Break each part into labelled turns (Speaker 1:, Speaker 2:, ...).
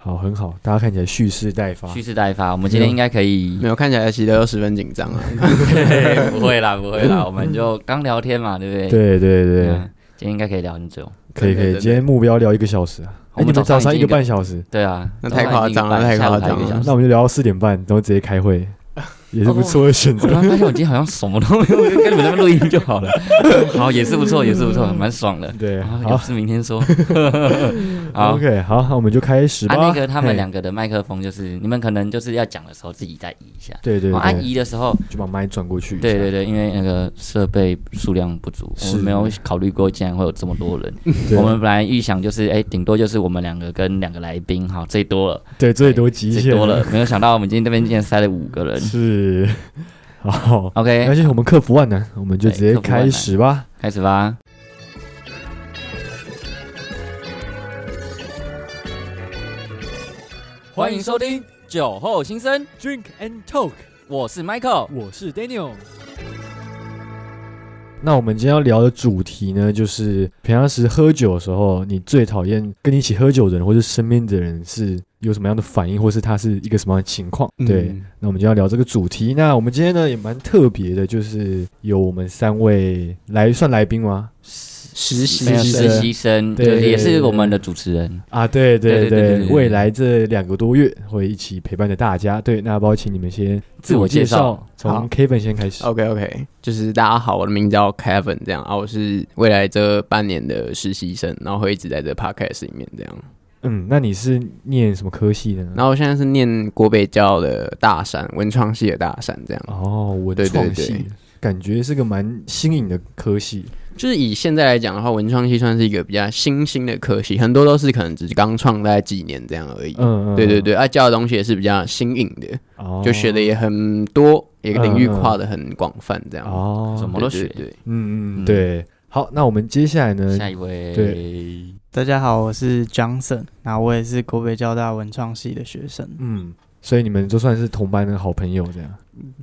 Speaker 1: 好，很好，大家看起来蓄势待发。
Speaker 2: 蓄势待发。我们今天应该可以
Speaker 3: 没，有看起来喜德又十分紧张啊。
Speaker 2: 对 不会啦，不会啦，我们就刚聊天嘛，对不嗯
Speaker 1: 对
Speaker 2: 对？
Speaker 1: 对对，
Speaker 2: 嗯，今天应该可以聊很久。
Speaker 1: 可以可
Speaker 3: 对对
Speaker 1: 以，
Speaker 3: 对
Speaker 1: 今天目标聊一个小时啊，哎
Speaker 2: 我
Speaker 1: 你
Speaker 2: 们
Speaker 1: 们
Speaker 2: 早
Speaker 1: 早
Speaker 2: 上
Speaker 1: 上
Speaker 2: 已
Speaker 1: 一
Speaker 2: 经
Speaker 1: 个半小时，
Speaker 2: 对啊，
Speaker 3: 那
Speaker 2: 早上
Speaker 3: 太夸张了
Speaker 2: 已经一个半
Speaker 3: 太夸
Speaker 2: 下午才一个
Speaker 3: 张了
Speaker 2: 小时
Speaker 1: 那我们就聊到四点半，然后直接开 会，也是不错的选
Speaker 2: 我
Speaker 1: 择。
Speaker 2: 突然发现我今天好像什么都没有，我就跟你们在那边录音就好 了。好，也是不错，也是不错，蛮爽的。
Speaker 1: 对，
Speaker 2: 啊
Speaker 1: 好
Speaker 2: 有事明天 说。好，
Speaker 1: ，OK，好，那我们就开始吧。
Speaker 2: 啊，那个他们
Speaker 1: 嘿
Speaker 2: 两个的麦克风就是你们可能就是要讲的时候自己再移一下。
Speaker 1: 对对
Speaker 2: 哦啊，
Speaker 1: 对，
Speaker 2: 移的时候，
Speaker 1: 就把麦转过去一下。
Speaker 2: 对对对，因为那个设备数量不足，我
Speaker 1: 是
Speaker 2: 们没有考虑过竟然会有这么多人。
Speaker 1: 对，
Speaker 2: 我们本来预想就是，哎，顶多就是我们两个跟两个来宾，好，最多 了，
Speaker 1: 对最多极
Speaker 2: 最
Speaker 1: 限
Speaker 2: 多了。没有想到我们今天这边竟然塞了五个人。
Speaker 1: 是， 好，
Speaker 2: OK，
Speaker 1: 而且我们克服万难，我们就直接
Speaker 2: 哎对克服万难
Speaker 1: 开始吧。
Speaker 2: 开始吧。欢迎收听酒后心声，
Speaker 1: Drink and talk，
Speaker 2: 我是 Michael。
Speaker 1: 我是 Daniel。那我们今天要聊的主题呢，就是平常时喝酒的时候，你最讨厌跟你一起喝酒的人，或是身边的人是有什么样的反应，或是他是一个什么样的情况？对，
Speaker 3: 嗯，
Speaker 1: 那我们就要聊这个主题。那我们今天呢也蛮特别的，就是有我们三位来算来宾吗？
Speaker 3: 实习
Speaker 2: 没有
Speaker 3: 生
Speaker 2: 实习生，
Speaker 1: 对
Speaker 2: 对，
Speaker 1: 对
Speaker 2: 也是我们的主持人。
Speaker 1: 啊，对对
Speaker 2: 对对对对对
Speaker 1: 未来这两个多月会一起陪伴着大家。对，那包请你们先
Speaker 2: 自我介绍
Speaker 1: 绍，从 Kevin 先开始。
Speaker 3: OK OK，就是大家好，我的名字叫 Kevin，这样啊，我是未来这半年的实习生，然后会一直在这 podcast 里面这样。
Speaker 1: 嗯，那你是念什么科系的呢？
Speaker 3: 然后我现在是念国北教的大三，文创系的大三这样。
Speaker 1: 哦，文
Speaker 3: 对对
Speaker 1: 创系，
Speaker 3: 对
Speaker 1: 感觉是个蛮新颖的科系。
Speaker 3: 就是以现在来讲的话，文创系算是一个比较新兴的科系，很多都是可能只是刚创大概几年这样而已。
Speaker 1: 嗯，嗯
Speaker 3: 对对，对，啊，教的东西也是比较新颖的，
Speaker 1: 哦
Speaker 3: 就学的也很多，也领域
Speaker 1: 嗯嗯
Speaker 3: 跨的很广泛这样。
Speaker 1: 哦，
Speaker 2: 什么
Speaker 3: 对
Speaker 2: 都
Speaker 3: 对
Speaker 2: 学
Speaker 3: 对，
Speaker 1: 嗯嗯，
Speaker 2: 嗯
Speaker 1: 对。好，那我们接下来呢？
Speaker 2: 下一位，
Speaker 1: 对
Speaker 4: 大家好，我是 Johnson，然后我也是国北交大文创系的学生，
Speaker 1: 嗯，所以你们就算是同班的好朋友这 样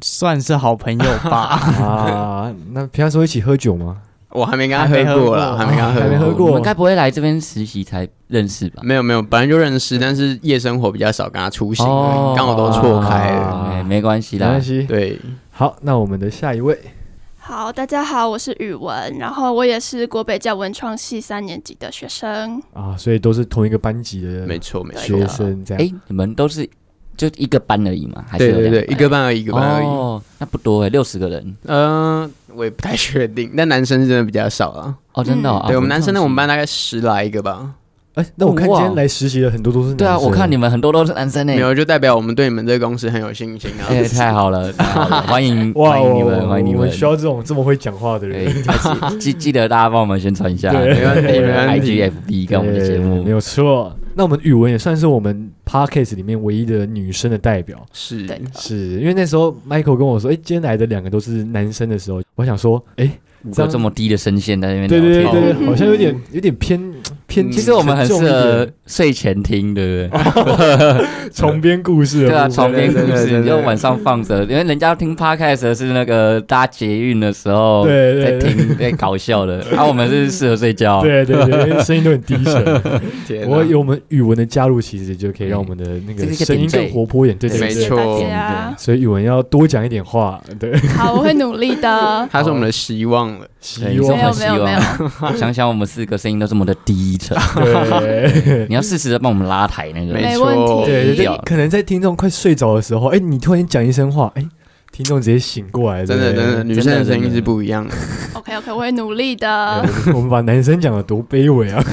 Speaker 4: 算是好朋友吧。
Speaker 1: 啊？那平常时候一起喝酒吗？
Speaker 3: 我还没跟他
Speaker 4: 还没
Speaker 3: 喝
Speaker 4: 喝
Speaker 3: 过啦，
Speaker 4: 过
Speaker 3: 还没跟他
Speaker 1: 还没喝
Speaker 3: 喝
Speaker 1: 过
Speaker 2: 哦你们该不会来这边实习才认识吧？
Speaker 3: 没有没有，本来就认识，但是夜生活比较少跟他出行，
Speaker 2: 哦
Speaker 3: 刚好都错开了。
Speaker 1: 啊
Speaker 2: 哎，没关系
Speaker 1: 没
Speaker 2: 啦
Speaker 1: 关。系。
Speaker 3: 对，
Speaker 1: 好，那我们的下一位，
Speaker 5: 好，大家好，我是语文，然后我也是国北教文创系三年级的学生。
Speaker 1: 啊，所以都是同一个班级的
Speaker 3: 没错没错
Speaker 1: 学，生这样。
Speaker 2: 哎，你们都是就一个班而已嘛？还是
Speaker 3: 对
Speaker 2: 有
Speaker 3: 对
Speaker 2: 两个班
Speaker 3: 对，一个班而已，一个班而已。
Speaker 2: 哦，那不多哎，六十个人
Speaker 3: 嗯、我也不太确定，但男生是真的比较少啊。
Speaker 2: 哦，真的哦。啊
Speaker 3: 对我们男生呢，我们。
Speaker 2: 文创系
Speaker 3: 班大概十来个吧。
Speaker 1: 哎、那我看今
Speaker 2: 哇
Speaker 1: 天来实习的很多都是男
Speaker 2: 对啊，
Speaker 1: 生
Speaker 2: 我看你们很多都是男生呢
Speaker 3: 没。有，就代表我们对你们这个公司很有信心啊。
Speaker 2: 哎，太好了，太好了 欢迎
Speaker 1: 哇，
Speaker 2: 欢迎你
Speaker 1: 我
Speaker 2: 们，欢迎你
Speaker 1: 我
Speaker 2: 们哎
Speaker 1: 们。需要这种这么会讲话的
Speaker 2: 对
Speaker 1: 人。，
Speaker 2: 还是记 记得大家帮我们宣传一下，哎
Speaker 1: 对没
Speaker 3: 问题没问题
Speaker 2: IGFB 跟我们的节
Speaker 1: 对没
Speaker 2: 目，
Speaker 1: 有错。那我们语文也算是我们 podcast 里面唯一的女生的代表，
Speaker 3: 是，
Speaker 5: 对，
Speaker 1: 是因为那时候 Michael 跟我说，哎、今天来的两个都是男生的时候，我想说，哎、
Speaker 2: 五
Speaker 1: 这
Speaker 2: 个
Speaker 1: 样
Speaker 2: 这么低的声线在那边
Speaker 1: 对对
Speaker 2: 聊
Speaker 1: 对
Speaker 2: 天
Speaker 1: 对，
Speaker 2: 哦
Speaker 1: 对好像有点有点 偏偏沉重一点。
Speaker 2: 其实我们很适合睡前听，对不对？
Speaker 1: 重编故事的部
Speaker 2: 对
Speaker 1: 分，
Speaker 2: 啊，床边故
Speaker 3: 对对对
Speaker 2: 事，
Speaker 3: 对
Speaker 2: 你就晚上放着，因为人家听 podcast 的是那个搭捷运的时候
Speaker 1: 对
Speaker 2: 在
Speaker 1: 对对
Speaker 2: 听，在搞笑的，啊，我们是适合睡觉，
Speaker 1: 对对对，因为声音都很低 沉。
Speaker 2: 啊
Speaker 3: 天啊哪
Speaker 1: 我有我们语文的加入，其实就可以让我们的那
Speaker 2: 这是
Speaker 1: 个
Speaker 2: 一个
Speaker 1: 声音
Speaker 2: 点缀
Speaker 1: 更活泼一点。对对
Speaker 3: 没
Speaker 5: 谢
Speaker 1: 对
Speaker 5: 谢
Speaker 3: 错。
Speaker 5: 大家，
Speaker 1: 所以语文要多讲一点话，对，
Speaker 5: 好，我会努力 的
Speaker 3: 他是我们的希望了。
Speaker 1: 希
Speaker 2: 对
Speaker 5: 没有
Speaker 1: 望
Speaker 5: 没有没有，
Speaker 2: 想想我们四个声音都这么的低沉，
Speaker 1: 对。
Speaker 2: 你要适时的帮我们拉抬那个
Speaker 3: 没
Speaker 5: 没
Speaker 3: 错
Speaker 5: 问题。
Speaker 1: 对对
Speaker 2: 低调
Speaker 1: 对，可能在听众快睡着的时候，哎，你突然讲一声话，哎，听众直接醒过来，
Speaker 3: 真的，
Speaker 1: 对不
Speaker 3: 真
Speaker 1: 对
Speaker 3: 的，女生的声音是不一样的。
Speaker 5: OK OK，我会努力的。
Speaker 1: 对 我们把男生讲的多卑微啊！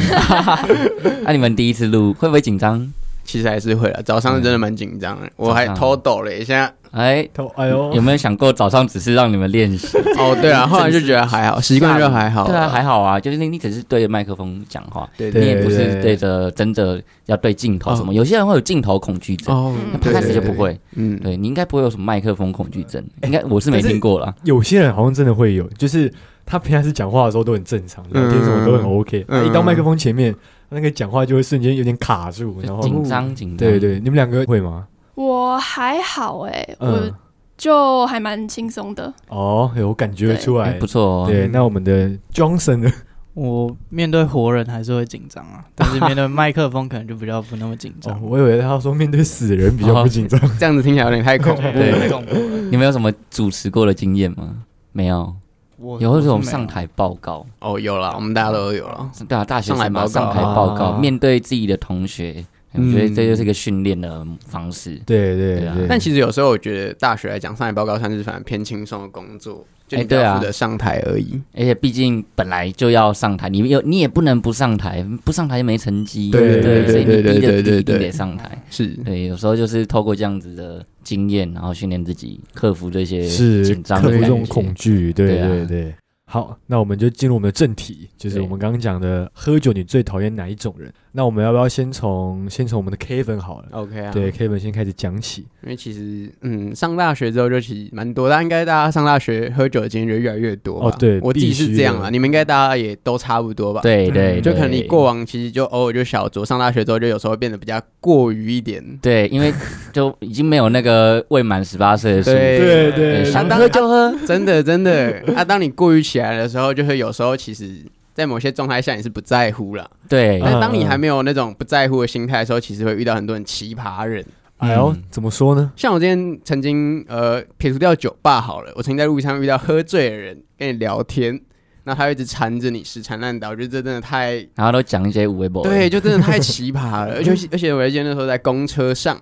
Speaker 2: 那、哎你们第一次录会不会紧张？
Speaker 3: 其实还是会了，早上是真的蛮紧张的，我
Speaker 2: 早
Speaker 3: 还
Speaker 2: 上
Speaker 3: 偷抖了一下。
Speaker 2: 哎，
Speaker 1: 他哎呦
Speaker 3: 嗯
Speaker 2: 有，没有想过早上只是让你们练习？
Speaker 3: 哦，对啊，后来就觉得还好，习惯就还好。
Speaker 2: 对啊，还好啊，就是你你只是对着麦克风讲话，
Speaker 3: 对
Speaker 2: 你
Speaker 3: 对
Speaker 2: 也
Speaker 1: 对
Speaker 2: 不是对着真的要对镜头什么。有些人会有镜头恐惧症，
Speaker 3: 哦
Speaker 5: 嗯，
Speaker 2: 他
Speaker 3: 对
Speaker 2: 开始就不，会。
Speaker 3: 嗯，
Speaker 2: 对你应该不会有什么麦克风恐惧症，应该我是没听过啦。
Speaker 1: 有些人好像真的会有，就是他平常是讲话的时候都很正常，聊天什么都很 OK，
Speaker 3: 嗯
Speaker 1: 哎一到麦克风前面，那个讲话就会瞬间有点卡住，然
Speaker 2: 就
Speaker 1: 后
Speaker 2: 紧张紧张，
Speaker 1: 哦对对，你们两个会吗？
Speaker 5: 我还好哎、
Speaker 1: 嗯
Speaker 5: 我，就还蛮轻松的。
Speaker 1: 哦，有感觉得出
Speaker 2: 哎，
Speaker 1: 来
Speaker 2: 不。错哦。
Speaker 1: 对，那我们的 Johnson 呢？
Speaker 4: 我面对活人还是会紧张啊，但是面对麦克风可能就比较不那么紧张。
Speaker 1: 哦，我以为他说面对死人比较不紧
Speaker 2: 哦
Speaker 1: 张，
Speaker 3: 这样子听起来有点太恐怖了。
Speaker 2: 对，
Speaker 3: 嗯
Speaker 2: 你们有什么主持过的经验吗？没有，
Speaker 4: 我
Speaker 2: 有
Speaker 4: 我
Speaker 2: 那
Speaker 4: 是
Speaker 2: 种
Speaker 4: 没有啊
Speaker 2: 上台报告，
Speaker 3: 哦，有了，我们大家都有了。
Speaker 2: 对啊，大学生嘛，
Speaker 3: 上
Speaker 2: 上
Speaker 3: 台报
Speaker 2: 台报
Speaker 3: 告
Speaker 2: 告，
Speaker 1: 啊
Speaker 2: 面对自己的同学，我
Speaker 3: 嗯
Speaker 2: 觉得这就是一个训练的方式。
Speaker 1: 对对
Speaker 2: 对啊
Speaker 1: 对，
Speaker 3: 但其实有时候我觉得大学来讲，上台报告算是反正偏轻松的工作，就
Speaker 2: 哎
Speaker 3: 你只
Speaker 2: 对
Speaker 3: 要
Speaker 2: 啊
Speaker 3: 负责上台而已。
Speaker 2: 而且毕竟本来就要上台，你有你也不能不上台，不上台就没成绩。
Speaker 1: 对
Speaker 2: 对
Speaker 1: 对
Speaker 2: 所以你
Speaker 3: 对对
Speaker 2: 逼
Speaker 3: 对
Speaker 2: 得
Speaker 3: 对
Speaker 2: 一定
Speaker 3: 对
Speaker 2: 得上台。
Speaker 3: 是，
Speaker 2: 对，有时候就是透过这样子的经验，然后训练自己克服这些
Speaker 1: 是
Speaker 2: 紧张
Speaker 1: 克
Speaker 2: 的
Speaker 1: 服这
Speaker 2: 感
Speaker 1: 种
Speaker 2: 觉。
Speaker 1: 恐惧，对
Speaker 2: 对啊
Speaker 1: 对对。好，那我们就进入我们的正题，就是
Speaker 2: 对
Speaker 1: 我们刚刚讲的喝酒你最讨厌哪一种人？那我们要不要先从先从我们的 Kevin 好了？
Speaker 3: OK 啊，
Speaker 1: 对，Kevin 先开始讲起。
Speaker 3: 因为其实嗯，上大学之后就其实蛮多，但应该大家上大学喝酒的经验就越来越多吧
Speaker 1: 哦对
Speaker 3: 我自己是这样啊，
Speaker 1: 必须的
Speaker 3: 你们应该大家也都差不多吧？，
Speaker 2: 对
Speaker 4: 嗯
Speaker 2: 对，
Speaker 3: 就可能你
Speaker 2: 对
Speaker 3: 过往其实就偶尔就小酌，上大学之后就有时候会变得比较过于一点。
Speaker 2: 对，因为就已经没有那个未满十八岁的束缚。
Speaker 1: 对
Speaker 2: 对
Speaker 1: 对，
Speaker 2: 想
Speaker 3: 当
Speaker 2: 喝就喝，
Speaker 3: 啊真的真的，啊，当你过于起来的时候，就会有时候其实。在某些状态下你是不在乎了，
Speaker 2: 对，
Speaker 3: 但当
Speaker 1: 嗯
Speaker 3: 你
Speaker 1: 嗯
Speaker 3: 还没有那种不在乎的心态的时候，其实会遇到很多很奇葩人。
Speaker 1: 哎呦
Speaker 2: 嗯，
Speaker 1: 怎么说呢？
Speaker 3: 像我之前曾经呃撇除掉酒吧好了，我曾经在路上遇到喝醉的人跟你聊天，那他会一直缠着你死缠烂打，我觉得这真的太
Speaker 2: 然后都讲一些无微博。
Speaker 3: 对，，就真的太奇葩了。而且 而且我还记得那时候在公车上，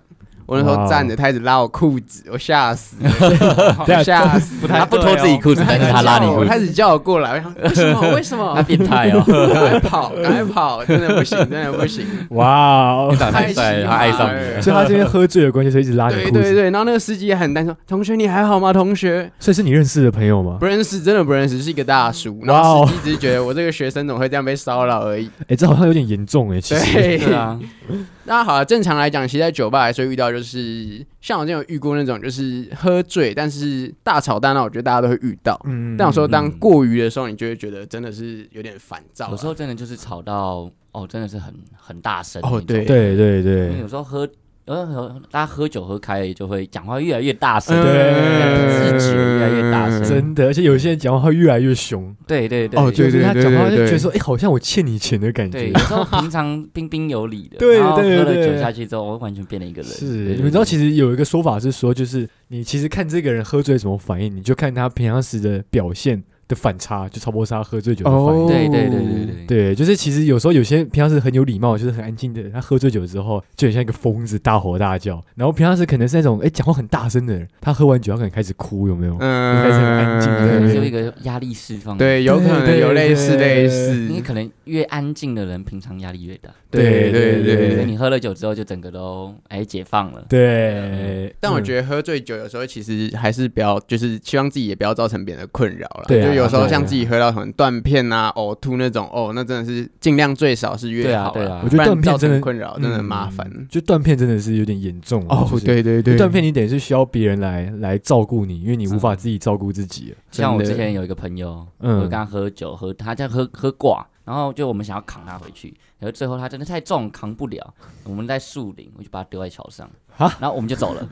Speaker 3: 我那时候站着，他一直拉我裤子，我吓死了，我吓死
Speaker 4: 不太哦
Speaker 2: 他不脱自己裤子，但是他拉你
Speaker 3: 叫
Speaker 2: 裤
Speaker 3: 我
Speaker 2: 子
Speaker 3: 他，只叫我过来，我想为什么为
Speaker 2: 他
Speaker 3: 什么？
Speaker 2: 变态哦。
Speaker 3: 赶快跑，赶快跑！真的 不行，真的不行，
Speaker 1: 哇哦，
Speaker 2: 长太帅了，他爱上你了。
Speaker 1: 所以他今天喝醉的关系，所以一直拉你
Speaker 3: 对
Speaker 1: 裤
Speaker 3: 对
Speaker 1: 子，
Speaker 3: 对，然后那个司机也很担心，说同学你还好吗？同学，
Speaker 1: 所以是你认识的朋友吗
Speaker 3: 不？认识，真的不认识，是一个大叔。然
Speaker 1: 哇哦
Speaker 3: 后司机只是觉得我这个学生怎么会这样被骚扰而 已。
Speaker 1: 哎，这好像有点严重哎，其实
Speaker 3: 对，
Speaker 2: 对 啊，
Speaker 3: 那好了，啊正常来讲，其实在酒吧来说遇到就是，像我之前有遇过那种就是喝醉，但是大吵大闹，我觉得大家都会遇到。
Speaker 1: 嗯，
Speaker 3: 但我说当过于的时候，你就会觉得真的是有点烦躁啊。
Speaker 2: 有时候真的就是吵到哦，真的是很很大声。
Speaker 3: 哦
Speaker 1: 对
Speaker 3: 对
Speaker 1: 对
Speaker 2: 因为
Speaker 1: 对
Speaker 2: 有时候喝，呃，大家喝酒喝开了就会讲话越来越大声，
Speaker 1: 对
Speaker 2: 自己越来
Speaker 3: 嗯
Speaker 2: 越大声。
Speaker 1: 真的，而且有些人讲话越来越凶，
Speaker 2: 对对对，
Speaker 3: 哦
Speaker 1: 就
Speaker 3: 对
Speaker 1: 是他
Speaker 3: 对
Speaker 1: 讲话就
Speaker 3: 对
Speaker 1: 觉得说，哎，好像我欠你钱的感
Speaker 2: 对，
Speaker 1: 觉
Speaker 2: 有。时候平常彬彬有礼的，
Speaker 1: 对
Speaker 2: 然后
Speaker 1: 对
Speaker 2: 喝了
Speaker 1: 对
Speaker 2: 酒下去之后，我完全变了一个人。
Speaker 1: 是，
Speaker 2: 对
Speaker 1: 你们知道，
Speaker 2: 对
Speaker 1: 其实有一个说法是说，就是你其实看这个人喝醉什么反应，你就看他平常时的表现的反差，就差不多是他喝醉酒的
Speaker 3: 哦
Speaker 1: 反应。
Speaker 2: 对对对对对，
Speaker 1: 对，就是其实有时候有些平常是很有礼貌，就是很安静的人，他喝醉酒之后就很像一个疯子大吼大叫。然后平常时可能是那种哎讲话很大声的人，他喝完酒他可能开始哭，有没有？
Speaker 3: 嗯
Speaker 1: 应该是很安静的
Speaker 2: 对
Speaker 1: 对
Speaker 2: 就一个压力释放。，
Speaker 3: 对，有可能
Speaker 1: 对
Speaker 3: 有类似
Speaker 1: 对
Speaker 3: 类
Speaker 2: 你
Speaker 3: 似，
Speaker 2: 可能越安静的人，平常压力越大。
Speaker 3: 对对
Speaker 1: 对
Speaker 2: 所以
Speaker 3: 对。
Speaker 2: 你喝了酒之后，就整个都哎解放了。
Speaker 1: 对，
Speaker 3: 但我
Speaker 1: 嗯
Speaker 3: 觉得喝醉酒有时候其实还是不要，就是希望自己也不要造成别人的困扰了。
Speaker 1: 对啊
Speaker 3: 就有时候
Speaker 1: 对啊
Speaker 3: 像自己喝到很断片啊、呕吐那种，哦，那真的是尽量最少是
Speaker 2: 对
Speaker 3: 越
Speaker 2: 啊
Speaker 3: 好
Speaker 2: 对
Speaker 3: 啦
Speaker 2: 啊
Speaker 1: 我觉得
Speaker 3: 不然
Speaker 1: 断片
Speaker 3: 造
Speaker 1: 真的
Speaker 3: 成困扰，真的很麻烦。哦
Speaker 1: 嗯就断片真的是有点严重啊就是
Speaker 3: 对嗯
Speaker 1: 因为断片你得是需要别人来来照顾你，因为你无法自己照顾自己了。
Speaker 2: 像我
Speaker 3: 真
Speaker 2: 之
Speaker 3: 的
Speaker 2: 前有一个朋友，
Speaker 1: 嗯
Speaker 2: 我跟他喝酒，喝他在喝喝挂，然后就我们想要扛他回去，然后最后他真的太重，扛不了，我们在树林，我就把他丢在桥上，然后我们就走 了，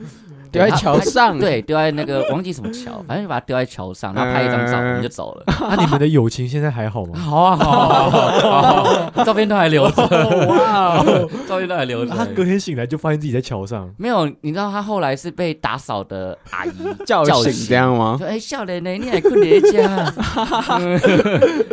Speaker 3: 丢在桥上，，
Speaker 2: 对，丢在那个忘记什么 桥，反正就把他丢在桥上，然后拍一张照，
Speaker 3: 嗯
Speaker 2: 我们就走了。
Speaker 1: 那、你们的友情现在还好 吗？
Speaker 2: 好啊，好啊，好啊， 照片都还留着，哇，哦 照片都还留着。
Speaker 1: 他隔天醒来就发现自己在桥上，
Speaker 2: 没有，你知道他后来是被打扫的阿姨
Speaker 3: 叫
Speaker 2: 叫
Speaker 3: 醒这样吗？
Speaker 2: 说：“哎，笑脸呢？你还困在 家？”嗯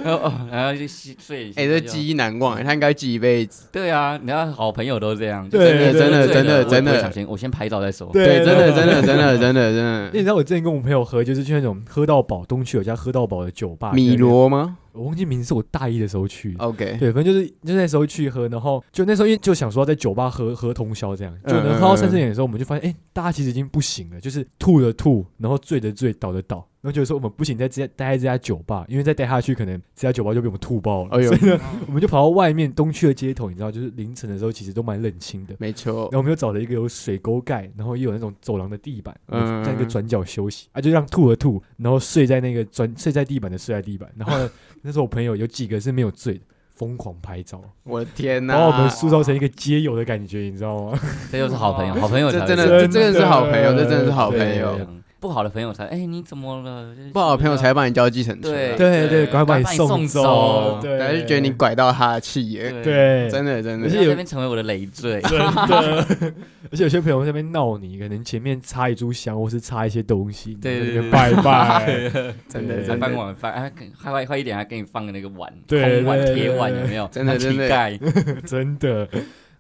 Speaker 2: 然后哦，然后就洗睡一下。
Speaker 3: 哎，这记忆难忘，他应该记一辈子。
Speaker 2: 对啊，你看好朋友都这样，就
Speaker 1: 对
Speaker 2: 是
Speaker 1: 真的
Speaker 2: 醉
Speaker 1: 真的
Speaker 2: 了我也
Speaker 3: 真的
Speaker 2: 不会想先我先拍照再说。
Speaker 1: 对
Speaker 3: 对，真的，真的，真的，真的，真
Speaker 1: 因为你
Speaker 3: 的。
Speaker 1: 知道我之前跟我朋友喝，就是去那种喝到饱，东区有家喝到饱的酒吧，
Speaker 3: 米
Speaker 1: 罗，
Speaker 3: 罗哦吗
Speaker 1: 我忘记名字，是我大一的时候去的。
Speaker 3: ？OK，
Speaker 1: 对，反正就是就那时候去喝，然后就那时候因为就想说要在酒吧喝喝通宵这样，就
Speaker 3: 嗯
Speaker 1: 能
Speaker 3: 嗯
Speaker 1: 喝到三四点的时候，我们就发现，哎、大家其实已经不行了，就是吐的吐，然后醉的醉，倒的倒，然后觉得说我们不行，再待待在这家酒吧，因为再待下去可能这家酒吧就被我们吐爆了，
Speaker 3: 哎呦
Speaker 1: 所以呢，我们就跑到外面东区的街头，你知道，就是凌晨的时候其实都蛮冷清的。
Speaker 3: 没错
Speaker 1: 然。后我们就找了一个有水沟盖，然后又有那种走廊的地板，我
Speaker 3: 嗯
Speaker 1: 们在一个转角休息，啊，就让吐了吐，然后睡在那个转睡在地板的睡在地板。然后呢 那时候我朋友有几个是没有醉的，疯狂拍照，
Speaker 3: 我的天哪！
Speaker 1: 把哦我们塑造成一个街友的感觉，你知道吗？
Speaker 2: 这就是好朋友，好朋友才 会
Speaker 3: 这真的，
Speaker 2: 这样
Speaker 3: 这真的是好朋友，这真的是好
Speaker 1: 对
Speaker 3: 朋
Speaker 1: 对
Speaker 3: 友
Speaker 1: 对。
Speaker 2: 不好的朋友才，哎、你怎么了？就是
Speaker 3: 不好的朋友才把你叫计程车，
Speaker 2: 对
Speaker 1: 对对，赶快把
Speaker 2: 把
Speaker 1: 你
Speaker 2: 你
Speaker 1: 送
Speaker 2: 送
Speaker 1: 走
Speaker 2: 走，
Speaker 1: 对，
Speaker 3: 大家就觉得你拐到他的气耶，
Speaker 2: 对，
Speaker 1: 对，
Speaker 3: 真的真
Speaker 2: 你
Speaker 1: 而
Speaker 3: 的
Speaker 1: 且
Speaker 2: 在
Speaker 1: 有
Speaker 2: 那边成为我的累赘。
Speaker 1: 真的， 而且有些朋友在那边闹你，可能前面插一炷香，或是插一些东西，
Speaker 2: 对
Speaker 1: 你在那边
Speaker 2: 对对
Speaker 1: 拜拜，
Speaker 3: 真的
Speaker 1: 对
Speaker 2: 才
Speaker 3: 真
Speaker 2: 放
Speaker 3: 的
Speaker 2: 碗饭，哎，给坏坏坏一点，还给你放个那个碗，
Speaker 1: 对
Speaker 2: 空碗
Speaker 1: 对
Speaker 2: 铁碗
Speaker 1: 对
Speaker 2: 有没有？
Speaker 3: 真的
Speaker 2: 拿乞
Speaker 3: 真的
Speaker 2: 丐
Speaker 1: 真的。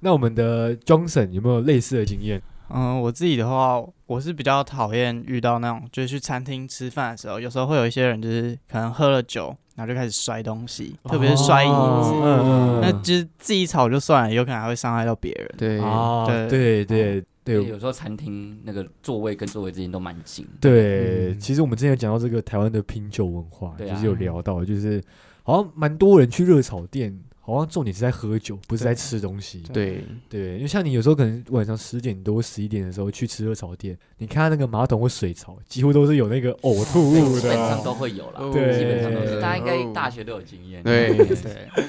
Speaker 1: 那我们的 Johnson 有没有类似的经验？
Speaker 4: 嗯，我自己的话，我是比较讨厌遇到那种，就是去餐厅吃饭的时候，有时候会有一些人就是可能喝了酒，然后就开始摔东西，特别是摔椅
Speaker 1: 哦
Speaker 4: 子，
Speaker 1: 嗯
Speaker 4: 那
Speaker 1: 嗯
Speaker 4: 就是自己吵就算了，有可能还会伤害到别人。
Speaker 3: 对
Speaker 1: 嗯啊，对对对
Speaker 2: 有时候餐厅那个座位跟座位之间都蛮近，
Speaker 1: 对，
Speaker 4: 嗯
Speaker 1: 其实我们之前有讲到这个台湾的拼酒文化，
Speaker 2: 对
Speaker 1: 就
Speaker 2: 啊
Speaker 1: 是有聊到，就是好像蛮多人去热炒店，好像重点是在喝酒，不是在吃东西。
Speaker 3: 对，
Speaker 1: 对，因为像你有时候可能晚上十点多、十一点的时候去吃热炒店，你看那个马桶或水槽，几乎都是有那个呕吐
Speaker 3: 啊
Speaker 1: 物
Speaker 2: 基本上
Speaker 1: 的。
Speaker 2: 都会有啦，
Speaker 1: 对
Speaker 2: 基本上都是，大家应该
Speaker 3: 哦
Speaker 2: 大学都有经验。
Speaker 3: 对
Speaker 4: 对，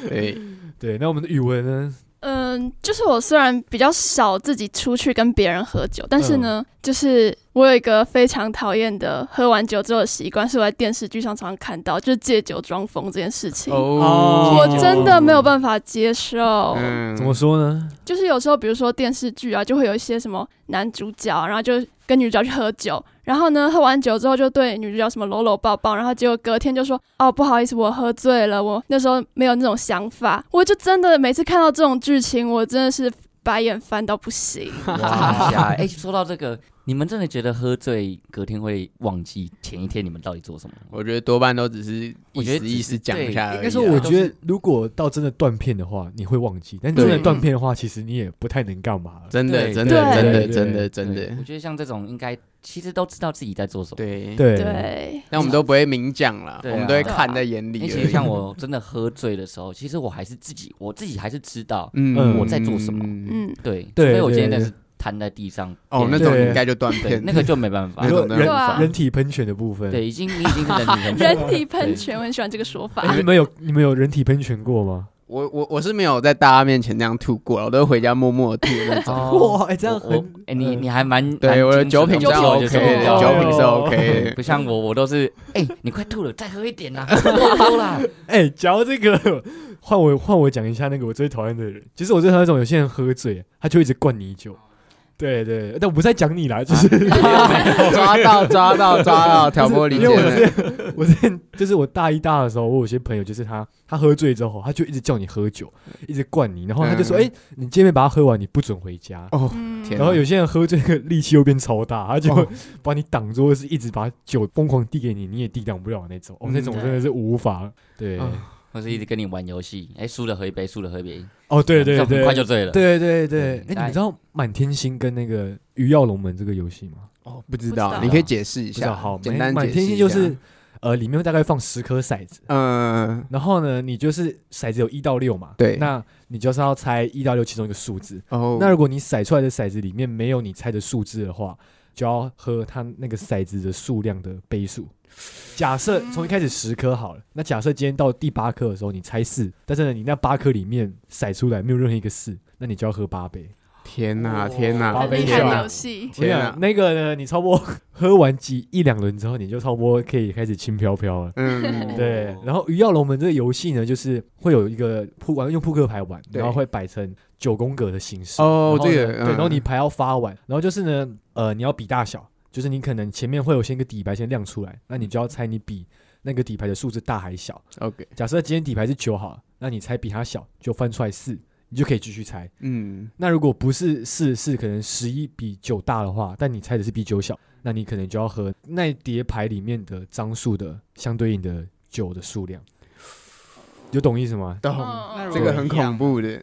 Speaker 3: 对，
Speaker 1: 对，那我们的语文呢？
Speaker 5: 嗯，就是我虽然比较少自己出去跟别人喝酒，但是
Speaker 1: 嗯
Speaker 5: 呢，就是我有一个非常讨厌的喝完酒之后的习惯，是我在电视剧上常常看到，就是借酒装疯这件事情。
Speaker 1: 哦
Speaker 5: 我真的没有办法接受，
Speaker 3: 嗯
Speaker 1: 怎么说呢？
Speaker 5: 就是有时候，比如说电视剧啊，就会有一些什么男主角，然后就跟女主角去喝酒，然后呢，喝完酒之后就对女主角什么搂搂抱抱，然后结果隔天就说，哦，不好意思，我喝醉了，我那时候没有那种想法，我就真的每次看到这种剧情，我真的是白眼翻到不行。
Speaker 2: 哇瞎哎，说到这个，你们真的觉得喝醉隔天会忘记前一天你们到底做什么吗？
Speaker 3: 我觉得多半都只是
Speaker 2: 我
Speaker 3: 意
Speaker 2: 觉得
Speaker 3: 思
Speaker 2: 只
Speaker 3: 意思
Speaker 2: 是
Speaker 3: 讲一
Speaker 2: 对
Speaker 3: 下而已啊。
Speaker 2: 应
Speaker 1: 但
Speaker 2: 该
Speaker 1: 是
Speaker 2: 是
Speaker 1: 我
Speaker 2: 我
Speaker 1: 觉
Speaker 2: 觉
Speaker 1: 得，如果到真的断片的话，你会忘记；但真的断片的话，其实你也不太能干嘛了。
Speaker 3: 真的
Speaker 2: 对
Speaker 3: 真
Speaker 5: 对
Speaker 3: 的真的
Speaker 1: 对
Speaker 3: 真的真
Speaker 2: 对我
Speaker 3: 的
Speaker 2: 觉得像这种应该其实都知道自己在做什么。
Speaker 3: 对，
Speaker 1: 对，
Speaker 5: 对，
Speaker 3: 但我们都不会明讲啦，
Speaker 2: 对啊
Speaker 3: 我们都会看在眼
Speaker 2: 因为
Speaker 3: 里而
Speaker 2: 哎
Speaker 1: 啊
Speaker 2: 其实像
Speaker 3: 已。
Speaker 2: 我真的喝醉的时候，其实我还是自己，我自己还是知道，
Speaker 1: 嗯
Speaker 2: 我在做什么
Speaker 3: 么？
Speaker 5: 嗯，
Speaker 2: 对，
Speaker 1: 对
Speaker 2: 所以我今天
Speaker 1: 对
Speaker 2: 真的是瘫在地上。
Speaker 3: 哦，那
Speaker 2: 对
Speaker 3: 种
Speaker 1: 对
Speaker 3: 应该就断
Speaker 2: 对
Speaker 3: 片，
Speaker 2: 那个就没办法
Speaker 3: 那，种
Speaker 1: 说
Speaker 3: 的
Speaker 1: 人
Speaker 5: 对啊
Speaker 1: 人体喷泉的部分，
Speaker 2: 对，已经你已经是 人体很
Speaker 5: 人体喷泉，我很喜欢这个说法。
Speaker 1: 哎，你们有你们有人体喷泉过吗？
Speaker 3: 我我我是没有在大家面前那样吐过，我都回家默默地吐 那种。
Speaker 2: 哦，
Speaker 1: 哎，这样
Speaker 2: 我我
Speaker 1: 很
Speaker 2: 哎你
Speaker 1: 嗯
Speaker 2: 你还蛮
Speaker 3: 对，
Speaker 2: 蛮
Speaker 3: 我的
Speaker 2: 精
Speaker 3: 酒
Speaker 2: 准
Speaker 3: 品
Speaker 2: 的
Speaker 3: 是
Speaker 5: 酒
Speaker 2: 我
Speaker 5: 品
Speaker 2: 就受
Speaker 3: OK
Speaker 5: 是
Speaker 2: 不
Speaker 3: 的，
Speaker 2: 了
Speaker 5: 哦
Speaker 3: 酒品是
Speaker 1: 哎呦
Speaker 3: OK 的。
Speaker 2: 不像我，我都是哎，你快吐了，再喝一点啦，多喝啦。
Speaker 1: 哎，讲到这个，换我换我讲一下那个我最讨厌的人。其实我最讨厌那种有些人喝醉，他就一直灌你酒。对对，但我不是在讲你
Speaker 2: 啊
Speaker 1: 啦，就是
Speaker 3: 抓到抓到抓到，挑拨离
Speaker 1: 因为我之
Speaker 3: 间。
Speaker 1: 前我之前就是我大一大的时候，我有些朋友就是他，他喝醉之后，他就一直叫你喝酒，一直灌你，然后他就说：“
Speaker 3: 嗯
Speaker 1: 哎、你今天把它喝完，你不准回家。
Speaker 3: 哦，
Speaker 5: 嗯，
Speaker 3: 天
Speaker 1: 然后有些人喝醉，力气又变超大，他就
Speaker 3: 哦
Speaker 1: 把你挡住，或是一直把酒疯狂递给你，你也抵挡不了那种。哦，那种
Speaker 2: 嗯
Speaker 1: 真的是无法。对，
Speaker 3: 哦
Speaker 2: 或是一直跟你玩游戏，哎，输了喝一杯，输了喝一杯，
Speaker 1: 哦，对对
Speaker 2: 这样很
Speaker 1: 对，
Speaker 2: 快就醉了。
Speaker 1: 对对对。哎、
Speaker 2: 嗯
Speaker 1: 你们知道满天星跟那个鱼跃龙门这个游戏吗？
Speaker 3: 哦，不知
Speaker 5: 不知
Speaker 3: 道，
Speaker 5: 道
Speaker 3: 你可以解释一
Speaker 1: 不知道，
Speaker 3: 下，
Speaker 1: 好，
Speaker 3: 简单
Speaker 1: 满
Speaker 3: 解释
Speaker 1: 天
Speaker 3: 一
Speaker 1: 星
Speaker 3: 下
Speaker 1: 就是呃，里面大概放十颗骰子。
Speaker 3: 嗯，
Speaker 1: 然后呢，你就是骰子有一到六嘛，
Speaker 3: 对
Speaker 1: 那你就是要猜一到六其中一个数字。
Speaker 3: 哦，
Speaker 1: 那如果你骰出来的骰子里面没有你猜的数字的话，就要喝它那个骰子的数量的倍数。假设从一开始十颗好了，那假设今天到第八颗的时候你猜四，但是呢你那八颗里面骰出来没有任何一个四，那你就要喝八杯。
Speaker 3: 天哪
Speaker 2: 哦
Speaker 3: 天
Speaker 1: 八
Speaker 3: 哪
Speaker 5: 很
Speaker 1: 杯
Speaker 5: 厉
Speaker 1: 是
Speaker 5: 害
Speaker 1: 吧
Speaker 5: 的游戏。
Speaker 1: 我跟你
Speaker 3: 天啊
Speaker 1: 讲
Speaker 3: 哪，
Speaker 1: 那个呢，你超过喝完几一两轮之后，你就超过可以开始轻飘飘了。
Speaker 3: 嗯，
Speaker 1: 对，然后鱼跃龙门这个游戏呢，就是会有一个扑玩用扑克牌玩，
Speaker 3: 对
Speaker 1: 然后会摆成九宫格的形式。
Speaker 3: 哦
Speaker 1: 然后呢
Speaker 3: 这个
Speaker 1: 对，然后
Speaker 3: 嗯
Speaker 1: 你牌要发完，然后就是呢，呃，你要比大小，就是你可能前面会有先一个底牌先亮出来，那你就要猜你比那个底牌的数字大还小。
Speaker 3: OK，
Speaker 1: 假设今天底牌是九好了，那你猜比它小就翻出来四，你就可以继续猜。
Speaker 3: 嗯，
Speaker 1: 那如果不是四，是可能十一比九大的话，但你猜的是比九小，那你可能就要和那一叠牌里面的张数的相对应的九的数量，有懂意思吗？
Speaker 3: 懂，
Speaker 5: 嗯
Speaker 3: 哦这个很恐怖的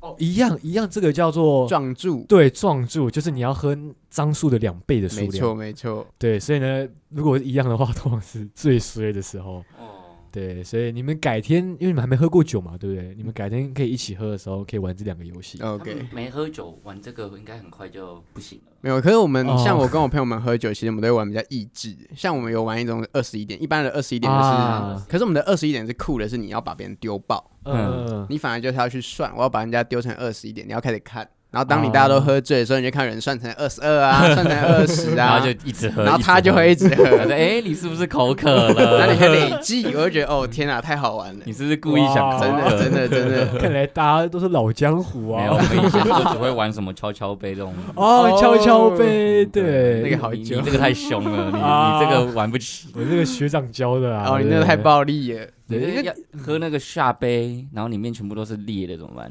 Speaker 1: 哦，一样一样，这个叫做
Speaker 3: 撞柱，
Speaker 1: 对撞柱，就是你要喝张数的两倍的数
Speaker 3: 没错
Speaker 1: 量。
Speaker 3: 没错，
Speaker 1: 对，所以呢，如果一样的话，通常是最衰的时候。
Speaker 2: 哦，
Speaker 1: 对，所以你们改天，因为你们还没喝过酒嘛，对不
Speaker 3: 嗯
Speaker 1: 对？你们改天可以一起喝的时候，可以玩这两个游戏。
Speaker 3: 哦
Speaker 2: 他们
Speaker 3: OK，
Speaker 2: 没喝酒玩这个应该很快就不行了。
Speaker 3: 没有。可是我们
Speaker 1: 哦
Speaker 3: 像我跟我朋友们喝酒，其实我们都会玩比较益智的。像我们有玩一种二十一点，一般的二十一点就是，
Speaker 1: 啊，
Speaker 3: 可是我们的二十一点是酷的，是你要把别人丢爆，
Speaker 1: 嗯，哦
Speaker 3: 你反而就是要去算，我要把人家丢成二十一点，你要开始看，然后当你大家都喝醉的时候，你就看人算成二十二 啊，算成二十
Speaker 2: 然
Speaker 3: 啊
Speaker 2: 后，就一直喝，
Speaker 3: 然后
Speaker 2: 一直
Speaker 3: 他就
Speaker 2: 喝
Speaker 3: 会一直喝，
Speaker 2: 对，哎，你是不是口渴
Speaker 3: 然后你看
Speaker 2: 了？
Speaker 3: 累计，我就觉得哦天哪，太好玩了
Speaker 2: 你，是不是故意想
Speaker 1: 哦
Speaker 2: 口
Speaker 3: 真
Speaker 2: 渴？
Speaker 3: 的真的 真的，
Speaker 1: 看来大家都是老江湖
Speaker 2: 没有，我
Speaker 1: 啊。
Speaker 2: 们以前就只会玩什么敲敲杯这种。
Speaker 1: 哦，敲敲杯，
Speaker 3: 嗯那
Speaker 1: 对
Speaker 3: 个，好
Speaker 2: 你
Speaker 3: 久
Speaker 2: 你这个太凶了，
Speaker 1: 啊
Speaker 2: 你你这个玩不起。
Speaker 1: 我这个学长教的啊。
Speaker 3: 哦你那个
Speaker 1: 对
Speaker 3: 太。暴力了，
Speaker 2: 你
Speaker 1: 对
Speaker 2: 这个
Speaker 3: 嗯
Speaker 2: 要喝那个下杯，然后里面全部都是裂的，怎么办？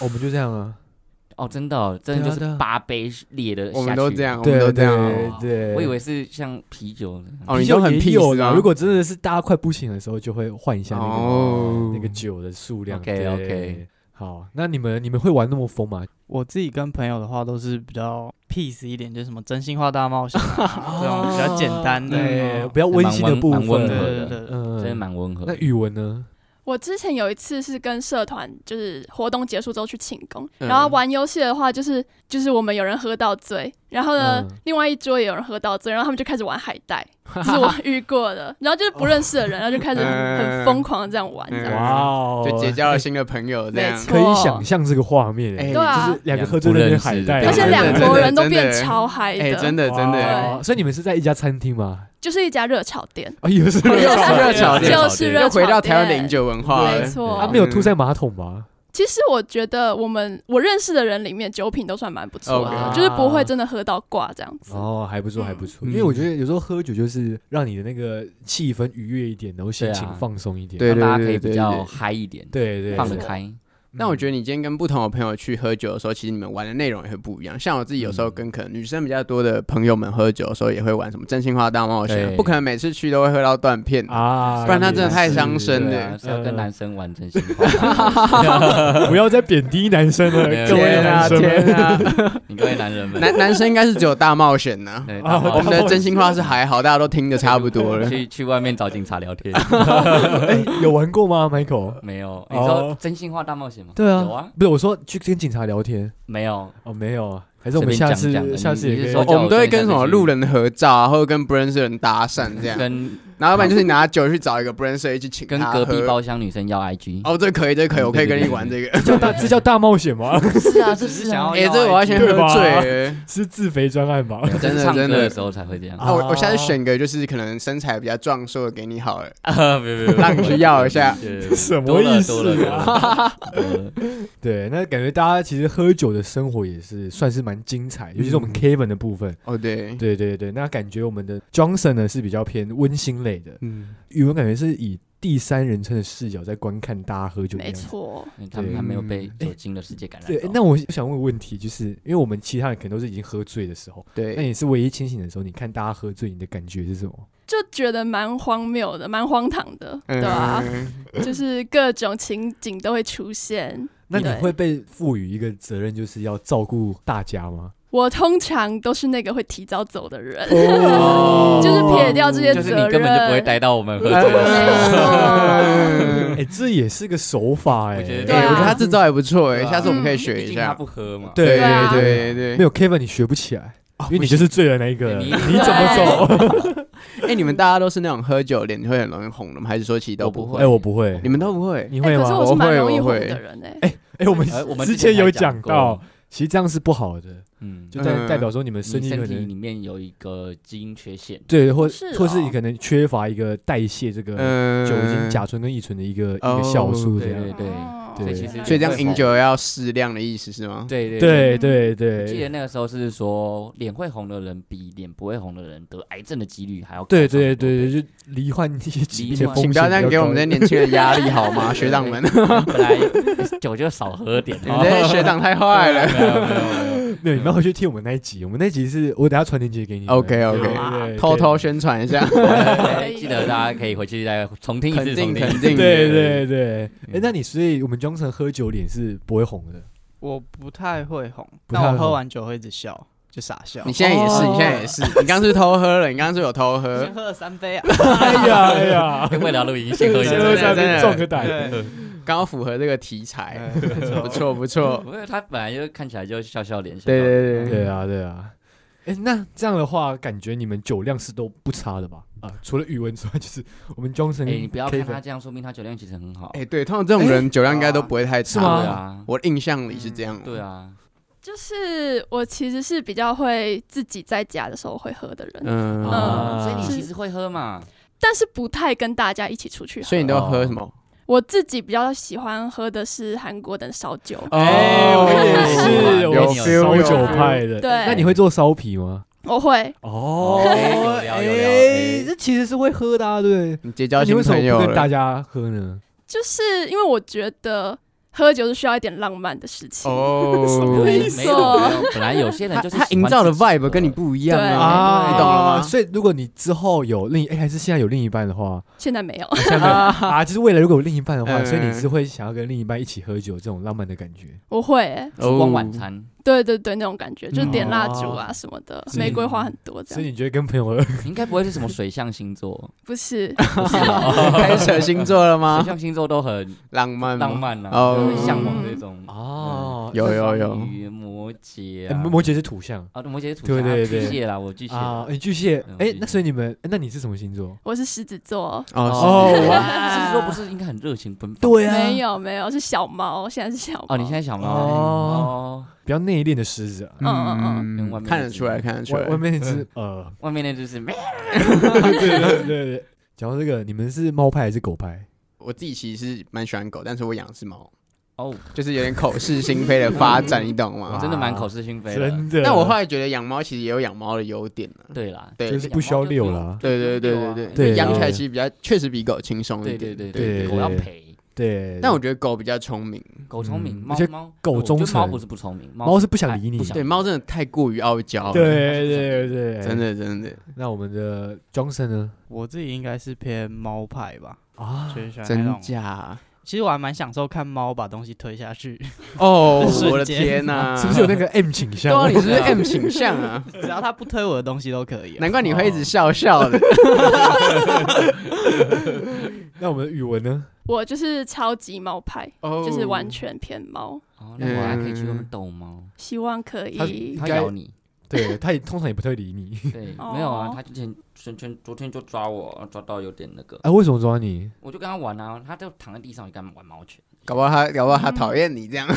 Speaker 1: 我们就这样啊。
Speaker 2: 哦，真的哦，真的
Speaker 1: 对
Speaker 2: 就
Speaker 1: 啊对啊
Speaker 2: 是八杯裂的下去。
Speaker 3: 我们都这样，我
Speaker 1: 对
Speaker 3: 们都这
Speaker 1: 对
Speaker 3: 样，啊
Speaker 1: 对，
Speaker 2: 我以为是像啤酒的。
Speaker 3: 哦
Speaker 1: 啤
Speaker 3: 你
Speaker 1: 酒
Speaker 3: 都很
Speaker 1: 也
Speaker 3: peace
Speaker 1: 有啦
Speaker 3: 吗
Speaker 1: 如果真的是大家快不行的时候，就会换一下那个
Speaker 3: 哦
Speaker 1: 那个酒的数量。
Speaker 2: OK，
Speaker 1: 对
Speaker 2: OK
Speaker 1: 好，那你们你们会玩那么疯吗？
Speaker 4: 我自己跟朋友的话都是比较 peace 一点，就是什么真心话大冒险啊这种比较简单的。
Speaker 1: 对，比较温馨的部
Speaker 2: 蛮温
Speaker 4: 对
Speaker 2: 蛮温
Speaker 1: 分。
Speaker 2: 和
Speaker 4: 对对对，
Speaker 2: 真的
Speaker 1: 嗯，
Speaker 2: 蛮温和
Speaker 1: 那
Speaker 2: 的。
Speaker 1: 语文呢？
Speaker 5: 我之前有一次是跟社团，就是活动结束之后去庆功，
Speaker 3: 嗯
Speaker 5: 然后玩游戏的话，就是就是我们有人喝到醉，然后呢，
Speaker 1: 嗯
Speaker 5: 另外一桌也有人喝到醉，然后他们就开始玩海 带，这是我遇过的，然后就是不认识的人，然后就开始很很疯狂的这样玩，这
Speaker 3: 哦嗯
Speaker 5: 样
Speaker 1: 哇哦，
Speaker 3: 就结交了新的朋友这样
Speaker 5: 没，错
Speaker 1: 可以想象这个画面，
Speaker 3: 哎
Speaker 5: 对啊
Speaker 1: 就是两个喝醉的海带，
Speaker 2: 对
Speaker 5: 而且
Speaker 3: 真的
Speaker 5: 两国人都
Speaker 3: 真的
Speaker 5: 变超嗨
Speaker 3: 哎，真的真的，
Speaker 1: 哦哇所以你们是在一家餐厅吗？
Speaker 5: 就是一家热炒店，
Speaker 1: 哎呦，是
Speaker 3: 又
Speaker 1: 热炒
Speaker 3: 热炒
Speaker 2: 店
Speaker 3: 店，
Speaker 5: 就是热
Speaker 3: 又
Speaker 5: 炒店，
Speaker 3: 回到台湾的饮酒文 化
Speaker 5: 没
Speaker 3: 了，
Speaker 5: 错。
Speaker 1: 啊他没有吐在马桶吗？
Speaker 5: 其实我觉得我们我认识的人里面，酒品都算蛮不错
Speaker 3: 哦
Speaker 5: 的
Speaker 1: OK
Speaker 5: 就是不会真的喝到挂这样子。
Speaker 1: 哦，还不错，
Speaker 5: 嗯
Speaker 1: 还不错。
Speaker 3: 嗯
Speaker 1: 因为我觉得有时候喝酒就是让你的那个气氛愉悦一点，然后心情
Speaker 2: 对啊
Speaker 1: 放松一点。
Speaker 3: 对
Speaker 2: 让大家可以
Speaker 3: 对对
Speaker 2: 比较
Speaker 3: 对
Speaker 2: 嗨一点，
Speaker 1: 对对，
Speaker 2: 放得开。
Speaker 3: 那我觉得你今天跟不同的朋友去喝酒的时候，其实你们玩的内容也会不一样。像我自己有时候跟可能女生比较多的朋友们喝酒的时候，也会玩什么真心话大冒险，
Speaker 2: 对
Speaker 3: 不可能每次去都会喝到断片
Speaker 1: 得。啊，
Speaker 3: 不然他真的太
Speaker 1: 是
Speaker 3: 伤身嗯
Speaker 2: 对
Speaker 3: 了
Speaker 2: 啊，
Speaker 1: 是
Speaker 2: 是要跟
Speaker 1: 呃
Speaker 2: 男生玩真心话。
Speaker 1: 不要再贬低男生了，
Speaker 2: 没有
Speaker 1: 各位
Speaker 3: 天
Speaker 1: 男
Speaker 3: 啊
Speaker 1: 生们。
Speaker 3: 天啊！
Speaker 2: 你各位男人们，
Speaker 3: 男 男生应该是只有大冒险 呢、
Speaker 2: 对
Speaker 1: 啊
Speaker 2: 大
Speaker 1: 我
Speaker 2: 冒
Speaker 3: 我们的
Speaker 2: 险
Speaker 3: 真心话是还好，大家都听的差不多了。
Speaker 2: 去去外面找警察聊 天，
Speaker 1: 哎，有玩过吗，Michael？
Speaker 2: 没有？你
Speaker 1: 哦
Speaker 2: 说真心话大冒险吗？
Speaker 1: 对
Speaker 2: 有啊
Speaker 1: 啊，，不是我说去跟警察聊天
Speaker 2: 没有，
Speaker 1: 哦，没有啊，还是我们
Speaker 2: 随便
Speaker 1: 下
Speaker 2: 讲讲
Speaker 1: 次
Speaker 2: 的
Speaker 1: 下次
Speaker 2: 你
Speaker 1: 也
Speaker 2: 你
Speaker 1: 可
Speaker 2: 是
Speaker 1: 以
Speaker 2: 说
Speaker 3: 哦
Speaker 2: 叫
Speaker 3: 我
Speaker 2: 我
Speaker 3: 们都会
Speaker 2: 跟
Speaker 3: 跟
Speaker 2: 你
Speaker 3: 什么
Speaker 2: 去
Speaker 3: 路人合照啊，或者跟不认识的人搭讪这样。
Speaker 2: 跟
Speaker 3: 然后要不然就是拿酒去找一个不认识的一起请
Speaker 2: 跟
Speaker 3: 他
Speaker 2: 隔壁
Speaker 3: 喝
Speaker 2: 包厢女生要 IG。
Speaker 3: 哦，这可以，这可以，我可以跟你
Speaker 2: 对对对
Speaker 3: 玩这 个。
Speaker 2: 哦
Speaker 1: 叫大这叫大冒险吗？
Speaker 2: 是啊，
Speaker 4: 只是想要
Speaker 3: 哎、这个我要先喝
Speaker 1: 对吧
Speaker 3: 醉了。
Speaker 1: 是自肥专案吧？
Speaker 3: 真的
Speaker 2: 哦唱歌
Speaker 3: 真的
Speaker 2: 的时候才会这样。
Speaker 1: 啊
Speaker 3: 啊，我我下次选个就是可能身材比较壮硕的给你好了。
Speaker 2: 啊， 没有没有，
Speaker 3: 让你去要一下
Speaker 1: 什么
Speaker 2: 多了
Speaker 1: 意思啊
Speaker 2: 多了多了 呃
Speaker 1: 对，那感觉大家其实喝酒的生活也是算是蛮精彩，尤其是我们 Kevin 的部分。
Speaker 3: 哦，对，
Speaker 1: 对对对，那感觉我们的 Johnson 呢是比较偏温馨类的，
Speaker 3: 嗯，
Speaker 1: 语文感觉是以第三人称的视角在观看大家喝酒的
Speaker 5: 没
Speaker 1: 样子。
Speaker 5: 错，
Speaker 2: 他们还没有被酒精的世界感染
Speaker 1: 对，
Speaker 2: 到。
Speaker 1: 那我想问个问题，就是因为我们其他人可能都是已经喝醉的时候，那
Speaker 3: 对，
Speaker 1: 你是唯一清醒的时候，你看大家喝醉，你的感觉是什么？
Speaker 5: 就觉得蛮荒谬的，蛮荒唐的，对啊吧、
Speaker 3: 嗯
Speaker 5: 就是各种情景都会出现。
Speaker 1: 那你
Speaker 5: 对
Speaker 1: 会被赋予一个责任，就是要照顾大家吗？
Speaker 5: 我通常都是那个会提早走的人，
Speaker 1: 哦
Speaker 5: 就是撇掉这 些
Speaker 2: 就是你
Speaker 5: 责任，
Speaker 2: 根本就不会待到我们喝酒的时候。
Speaker 1: 哎、这也是个手法哎、
Speaker 2: 我觉得
Speaker 5: 对
Speaker 3: 嗯哎，
Speaker 5: 啊
Speaker 3: 我觉得他这招也不错哎，
Speaker 2: 对啊
Speaker 3: 下次我们可以学
Speaker 2: 毕
Speaker 3: 一
Speaker 2: 竟他
Speaker 3: 下。
Speaker 2: 不喝嘛。
Speaker 1: 对
Speaker 5: 对啊
Speaker 1: 对
Speaker 3: 对对
Speaker 1: 没有 Kevin 你学不起来，
Speaker 3: 哦
Speaker 1: 因为你就是醉了那一个，
Speaker 2: 哎你
Speaker 1: 你怎么走？
Speaker 2: 走？
Speaker 3: 哎、你们大家都是那种喝酒脸会很容易红的吗？还是说其实都
Speaker 2: 我不
Speaker 1: 哎、
Speaker 3: 会？
Speaker 2: 会
Speaker 1: 我不会
Speaker 3: 你，们都不会？
Speaker 1: 你
Speaker 5: 哎
Speaker 1: 会
Speaker 5: 可是
Speaker 1: 吗？
Speaker 5: 我是蛮容易
Speaker 3: 我
Speaker 5: 红
Speaker 3: 会
Speaker 5: 的人哎、
Speaker 1: 哎、我们
Speaker 2: 呃我们
Speaker 1: 之
Speaker 2: 之前
Speaker 1: 前有
Speaker 2: 还讲
Speaker 1: 讲
Speaker 2: 过
Speaker 1: 到，其实这样是不好的，
Speaker 2: 嗯，
Speaker 1: 就代
Speaker 3: 嗯
Speaker 1: 代表说你们
Speaker 2: 你
Speaker 1: 身
Speaker 2: 身
Speaker 1: 体可
Speaker 2: 体
Speaker 1: 能
Speaker 2: 里面有一个基因缺陷。
Speaker 1: 对，或
Speaker 5: 是
Speaker 1: 或是
Speaker 5: 哦
Speaker 1: 你可能缺乏一个代谢这个
Speaker 3: 嗯，
Speaker 1: 酒精、甲醇跟乙醇的一个、一
Speaker 3: 哦
Speaker 1: 个酵素这
Speaker 2: 对
Speaker 1: 样。
Speaker 2: 对
Speaker 5: 哦
Speaker 1: 对
Speaker 2: 所以其实
Speaker 3: 所以这样饮酒要适量的意思是吗？
Speaker 2: 对对
Speaker 1: 对
Speaker 5: 对
Speaker 1: 对
Speaker 2: 我记得
Speaker 1: 对
Speaker 2: 那个时候是说，脸会红的人比脸不会红的人得癌症的几率还要高。
Speaker 1: 对对对，对，就罹患一些疾
Speaker 2: 罹
Speaker 1: 病
Speaker 2: 患
Speaker 1: 风
Speaker 3: 请
Speaker 1: 险
Speaker 3: 哦不要
Speaker 1: 比
Speaker 3: 再
Speaker 1: 较
Speaker 3: 给我们
Speaker 1: 高
Speaker 3: 这些年轻人压力 好吗，学长们？你
Speaker 2: 本来酒就少喝 点。
Speaker 3: 们这些学长太 坏了。
Speaker 2: 没有没有没有，
Speaker 1: 没有，你们要回去听我们那一集，我们那一集是我等下传链接给你们。
Speaker 3: OK，OK
Speaker 1: 对对对
Speaker 3: 偷偷宣传 一下，
Speaker 2: 哎 记得大家可以回去再重听一次，
Speaker 3: 肯定
Speaker 2: 重听一
Speaker 3: 肯
Speaker 2: 次。
Speaker 3: 定。
Speaker 1: 对对对，哎
Speaker 2: 嗯，
Speaker 1: 那你所以我们 Johnson 喝酒脸是不会 红的，
Speaker 4: 我不太会哄，
Speaker 1: 不太
Speaker 4: 但
Speaker 1: 会
Speaker 4: 我喝
Speaker 1: 哄
Speaker 4: 完酒会一直笑，就傻笑。
Speaker 3: 你现在也是，
Speaker 1: 哦
Speaker 3: 你现在也是，你刚是不是偷喝了，你刚是不是有偷喝
Speaker 4: 先，喝了三杯啊！
Speaker 1: 哎呀哎呀，
Speaker 2: 为了录音，先喝一
Speaker 1: 先
Speaker 3: 喝
Speaker 1: 喝
Speaker 3: 一
Speaker 2: 下。
Speaker 3: 下
Speaker 1: 三
Speaker 3: 真
Speaker 1: 杯
Speaker 3: 的
Speaker 1: 壮个胆，
Speaker 4: 对，
Speaker 3: 刚好符合这个题材，不哎错不错。
Speaker 2: 不是他本来就看起来就笑笑脸，
Speaker 3: 对对对
Speaker 1: 对啊对啊。哎，那这样的话，感觉你们酒量是都不差的吧？啊，除了语文之外，就是我们 Johnson，
Speaker 2: 哎，你不要
Speaker 1: Kevin
Speaker 2: 看他这样，说明他酒量其实很好。
Speaker 3: 哎哎，对，通常这种人酒量应该都不会太
Speaker 1: 哎是
Speaker 3: 差，
Speaker 1: 吗
Speaker 2: 对啊，
Speaker 3: 我印象里是这样，
Speaker 2: 对，啊，
Speaker 5: 就是我其实是比较会自己在家的时候会喝的人，
Speaker 3: 嗯，
Speaker 2: 哦所以你
Speaker 5: 是
Speaker 2: 其实会喝嘛？
Speaker 5: 但是不太跟大家一起出去喝。
Speaker 3: 所以你都喝什么？
Speaker 1: 哦
Speaker 5: 我自己比较喜欢喝的是韩国的烧酒，
Speaker 1: 哎，我也是，
Speaker 2: 有
Speaker 1: 哎我
Speaker 3: feel，
Speaker 1: 烧
Speaker 3: 哦有
Speaker 1: 酒
Speaker 3: feel
Speaker 1: 派的。
Speaker 5: 对
Speaker 1: 那你会做烧皮吗？
Speaker 5: 我会。
Speaker 1: 哦，
Speaker 2: 哎有聊有聊
Speaker 1: 哎，这其实是会喝的，啊，对不对。
Speaker 3: 你结
Speaker 1: 那
Speaker 3: 交
Speaker 1: 你
Speaker 3: 新
Speaker 1: 为什
Speaker 3: 朋
Speaker 1: 么
Speaker 3: 友
Speaker 1: 不跟大
Speaker 3: 了？
Speaker 1: 家喝呢？
Speaker 5: 就是因为我觉得喝酒是需要一点浪漫的事情。
Speaker 3: 哦，
Speaker 2: 没
Speaker 5: 没
Speaker 2: 有
Speaker 5: 错
Speaker 2: 没有，本来有些人
Speaker 3: 他
Speaker 2: 就是
Speaker 3: 他
Speaker 2: 喜欢
Speaker 3: 营造的
Speaker 2: 自己
Speaker 3: vibe 跟你不一样
Speaker 5: 对
Speaker 3: 啊。
Speaker 1: 啊，
Speaker 3: 你懂了吗
Speaker 1: 所以如果你之后有另一哎，还是现在有另一半的话，
Speaker 5: 现在没有，
Speaker 1: 啊现在没有啊，就是未来如果有另一半的话，
Speaker 3: 嗯
Speaker 1: 所以你是会想要跟另一半一起喝酒这种浪漫的感觉。
Speaker 5: 我会、欸，
Speaker 2: 烛
Speaker 3: 哦
Speaker 2: 光晚餐，
Speaker 5: 对对对，那种感觉，就是点
Speaker 1: 嗯
Speaker 5: 蜡烛啊什么的，
Speaker 1: 所以
Speaker 5: 玫瑰花很多这
Speaker 1: 所以
Speaker 5: 样。
Speaker 1: 你觉得跟朋友喝，
Speaker 2: 你应该不会是什么水象星座，
Speaker 5: 不是，
Speaker 2: 不是 啊
Speaker 3: 开始扯星座了
Speaker 2: 水
Speaker 3: 吗？
Speaker 2: 象星座都很
Speaker 3: 浪漫吗
Speaker 2: 浪漫啊，
Speaker 3: 哦
Speaker 2: 会向往这种
Speaker 1: 哦
Speaker 3: 有有
Speaker 2: 嗯
Speaker 3: 有
Speaker 2: 双，鱼摩羯
Speaker 1: 哎
Speaker 2: 啊，
Speaker 1: 摩摩羯是土象
Speaker 2: 啊，摩羯是土
Speaker 1: 对
Speaker 2: 象，
Speaker 1: 对
Speaker 2: 啊
Speaker 1: 对
Speaker 2: 巨蟹啦，我巨蟹
Speaker 1: 啊
Speaker 2: 啦，，
Speaker 1: 哎巨蟹
Speaker 2: 嗯，
Speaker 1: 哎
Speaker 2: 巨，蟹
Speaker 1: 那所以你们，哎那你是什么星座？
Speaker 5: 我是狮子座，
Speaker 3: 哦，
Speaker 2: 狮子座不是应该很热情奔放？
Speaker 1: 对啊
Speaker 5: 没有没有，是小猫，现在是小猫。
Speaker 2: 哦，你现在想吗？
Speaker 1: 哦
Speaker 2: 哦，
Speaker 1: 比较内敛的狮子啊，
Speaker 5: 嗯嗯嗯，
Speaker 2: 嗯
Speaker 3: 嗯，看得出来，看得出
Speaker 1: 外
Speaker 3: 来
Speaker 1: 外。面那只呃，
Speaker 2: 外面那就是咩
Speaker 1: 对对对对。讲到这个，你们是猫派还是狗派？
Speaker 3: 我自己其实是蛮喜欢狗，但是我养的是猫，
Speaker 2: 哦，
Speaker 3: 就是有点口是心非的发展，你懂
Speaker 2: 我
Speaker 3: 吗？
Speaker 2: 真的蛮口是心非的。
Speaker 1: 真的？
Speaker 3: 但我后来觉得养猫其实也有养猫的优点啊
Speaker 2: 对啦，
Speaker 3: 对
Speaker 1: 就是不需要遛啦
Speaker 3: 对对对对
Speaker 1: 对
Speaker 3: 对，养起来
Speaker 1: 对
Speaker 3: 其实比较确实比狗轻松一
Speaker 2: 对
Speaker 3: 点。
Speaker 2: 对对
Speaker 1: 对
Speaker 2: 对，狗要陪，
Speaker 1: 对，
Speaker 3: 但我觉得狗比较聪明，
Speaker 2: 狗聪明，
Speaker 1: 嗯
Speaker 2: 猫
Speaker 1: 而且
Speaker 2: 猫
Speaker 1: 狗
Speaker 2: 我觉得
Speaker 1: 忠诚
Speaker 2: 猫不是不聪明，
Speaker 1: 猫是不想理你
Speaker 2: 不想
Speaker 3: 对猫真的太过于傲娇了，
Speaker 1: 对对对，
Speaker 3: 真。的真的
Speaker 1: 那我们的 Johnson 呢？
Speaker 4: 我自己应该是偏猫派吧，
Speaker 1: 啊
Speaker 4: 就，是喜欢那
Speaker 3: 真
Speaker 4: 种。
Speaker 3: 假
Speaker 4: 其实我还蛮享受看猫把东西推下去，
Speaker 3: 哦，
Speaker 4: 瞬
Speaker 3: 我的
Speaker 4: 间
Speaker 3: 天哪，
Speaker 1: 是不是有那个 M 倾
Speaker 3: 对
Speaker 1: 向？
Speaker 3: 啊，你是不是 M 倾向啊？
Speaker 4: 只要它不推我的东西都可以、啊。
Speaker 3: 难怪你会一直笑笑的。
Speaker 1: 那我们的语文呢？
Speaker 5: 我就是超级猫派，
Speaker 3: 哦
Speaker 5: 就是完全偏猫，
Speaker 2: 哦，那我还可以去外面逗猫，
Speaker 1: 嗯
Speaker 5: 希望可
Speaker 1: 它
Speaker 5: 以
Speaker 1: 应
Speaker 2: 它
Speaker 1: 该
Speaker 2: 咬你，
Speaker 1: 对 他也通常也不太理你。
Speaker 2: 对，没有啊
Speaker 5: 哦，
Speaker 2: 它之前昨天昨天就抓我，抓到有点那个，
Speaker 1: 哎，为什么抓你？
Speaker 2: 我就跟它玩啊，它就躺在地上，我就跟它玩猫 拳，
Speaker 3: 搞不好他，搞不好他讨厌你这样。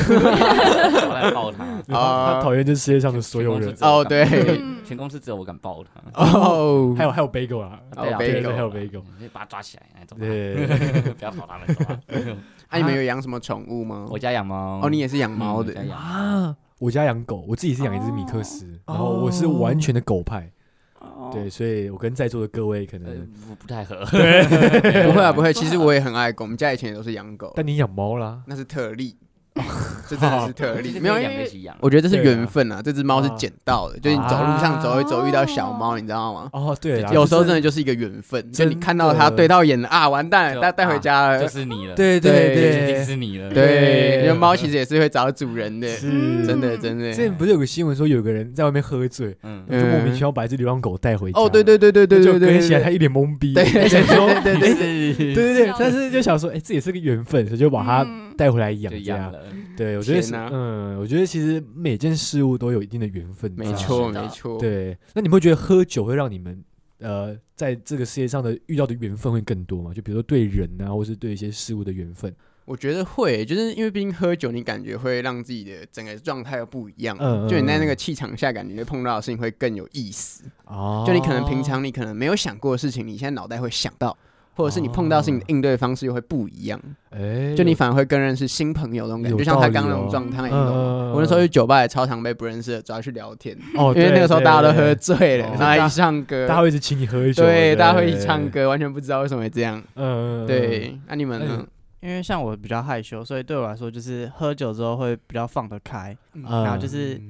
Speaker 2: 我来抱它，
Speaker 1: 他他讨厌这世界上的所 有人，
Speaker 3: 哦，对，
Speaker 5: 嗯
Speaker 2: 全公司只有我敢抱它，
Speaker 3: 哦，
Speaker 1: 还有还有 Bagel 啊，
Speaker 3: 哦
Speaker 2: 对啊，
Speaker 1: 对
Speaker 3: Bagel
Speaker 1: 对还有 Bagel，
Speaker 2: 你可以把它抓起来，哎，走吧，
Speaker 1: 对，
Speaker 2: 不要吵他们，走吧。
Speaker 3: 啊，你们有养什么宠物吗
Speaker 2: 我？家养猫，
Speaker 3: 哦，你也是养
Speaker 2: 嗯
Speaker 3: 猫
Speaker 2: 我家
Speaker 3: 的，
Speaker 2: 养
Speaker 1: 啊。哦我家养狗，我自己是养一只米克斯，然后我是完全的狗派，
Speaker 5: 哦
Speaker 1: 对，所以我跟在座的各位可
Speaker 2: 呃
Speaker 1: 能，
Speaker 2: 不不 太合，
Speaker 3: 不会啊， 不会。其实我也很爱狗，我们家以前也都是养狗，
Speaker 1: 但你养猫啦，
Speaker 3: 那是特例，这真的是特
Speaker 2: 其
Speaker 3: 例，
Speaker 2: 实
Speaker 3: 没有
Speaker 2: 可以
Speaker 3: 因
Speaker 2: 两个一
Speaker 3: 为。
Speaker 2: 起养。
Speaker 3: 我觉得这是
Speaker 1: 对啊
Speaker 3: 缘分啊，这只猫是
Speaker 1: 啊
Speaker 3: 捡到的，就是你走路上走一走遇到小猫，
Speaker 5: 哦
Speaker 3: 你知道吗？
Speaker 1: 哦，对啦，
Speaker 3: 有时候真
Speaker 1: 就是
Speaker 3: 的就是一个缘分，就你
Speaker 1: 真
Speaker 3: 看到
Speaker 1: 的
Speaker 3: 它对到眼了啊，完蛋了，
Speaker 2: 就
Speaker 3: 带带回家
Speaker 2: 就
Speaker 3: 了。
Speaker 2: 是你了，，
Speaker 1: 对
Speaker 3: 对
Speaker 2: 确定
Speaker 1: 对
Speaker 2: 是你了。
Speaker 3: 对，
Speaker 1: 对
Speaker 3: 因为猫其实也是会找主人的
Speaker 1: 对，，是
Speaker 3: 真的真的
Speaker 1: 之。前不是有个新闻说有个人在外面喝醉，
Speaker 2: 嗯，
Speaker 1: 就莫名其妙把一只流浪狗带回家。
Speaker 3: 哦，对对对对对
Speaker 1: 就
Speaker 3: 对
Speaker 1: 隔天
Speaker 3: 对
Speaker 1: 起来他
Speaker 3: 对，
Speaker 1: 一脸懵逼，
Speaker 3: 对
Speaker 1: 他想说，对
Speaker 2: 对
Speaker 3: 对
Speaker 2: 对
Speaker 3: 嗯
Speaker 1: 对对
Speaker 5: 笑，死
Speaker 1: 但是就想说，哎，这也是个缘分，所以就把它
Speaker 5: 嗯
Speaker 1: 带回来养
Speaker 2: 就
Speaker 1: 这
Speaker 2: 养
Speaker 1: 样。
Speaker 2: 了。
Speaker 1: 对，我觉得
Speaker 3: 天
Speaker 1: 是，
Speaker 3: 哪
Speaker 1: 嗯，我觉得其实每件事物都有一定的缘分在。
Speaker 3: 没错
Speaker 5: 是的
Speaker 3: 没错。
Speaker 1: 对，那你们会觉得喝酒会让你们呃，在这个世界上的遇到的缘分会更多吗？就比如说对人啊，或是对一些事物的缘分。
Speaker 3: 我觉得会，就是因为毕竟喝酒，你感觉会让自己的整个状态又不一样。
Speaker 1: 嗯嗯
Speaker 3: 就你在那个气场下，感觉碰到的事情会更有意思。
Speaker 1: 哦，
Speaker 3: 就你可能平常你可能没有想过的事情，你现在脑袋会想到，或者是你碰到事情的应对方式又会不一样。
Speaker 1: 哎，
Speaker 3: 就你反而会更认识新朋友那种感觉，
Speaker 1: 有
Speaker 3: 就像他
Speaker 1: 道理
Speaker 3: 刚刚那
Speaker 1: 哦
Speaker 3: 种状态，你
Speaker 1: 嗯
Speaker 3: 懂
Speaker 1: 嗯
Speaker 3: 吗
Speaker 1: 嗯？
Speaker 3: 我那时候去酒吧也超常被不认识的抓去聊天，
Speaker 1: 哦，
Speaker 3: 因为那个时候
Speaker 1: 对
Speaker 3: 大家都
Speaker 1: 对
Speaker 3: 喝醉了
Speaker 1: 哦，
Speaker 3: 然后还一起唱
Speaker 1: 大家
Speaker 3: 歌，
Speaker 1: 会一直请你喝酒，
Speaker 3: 对，大家会一起唱，歌，完全不知道为什么会这样。
Speaker 1: 嗯，嗯，嗯
Speaker 3: 对，那你们呢？
Speaker 4: 因为像我比较害羞，所以对我来说就是喝酒之后会比较放得开，
Speaker 1: 嗯
Speaker 4: 然后就是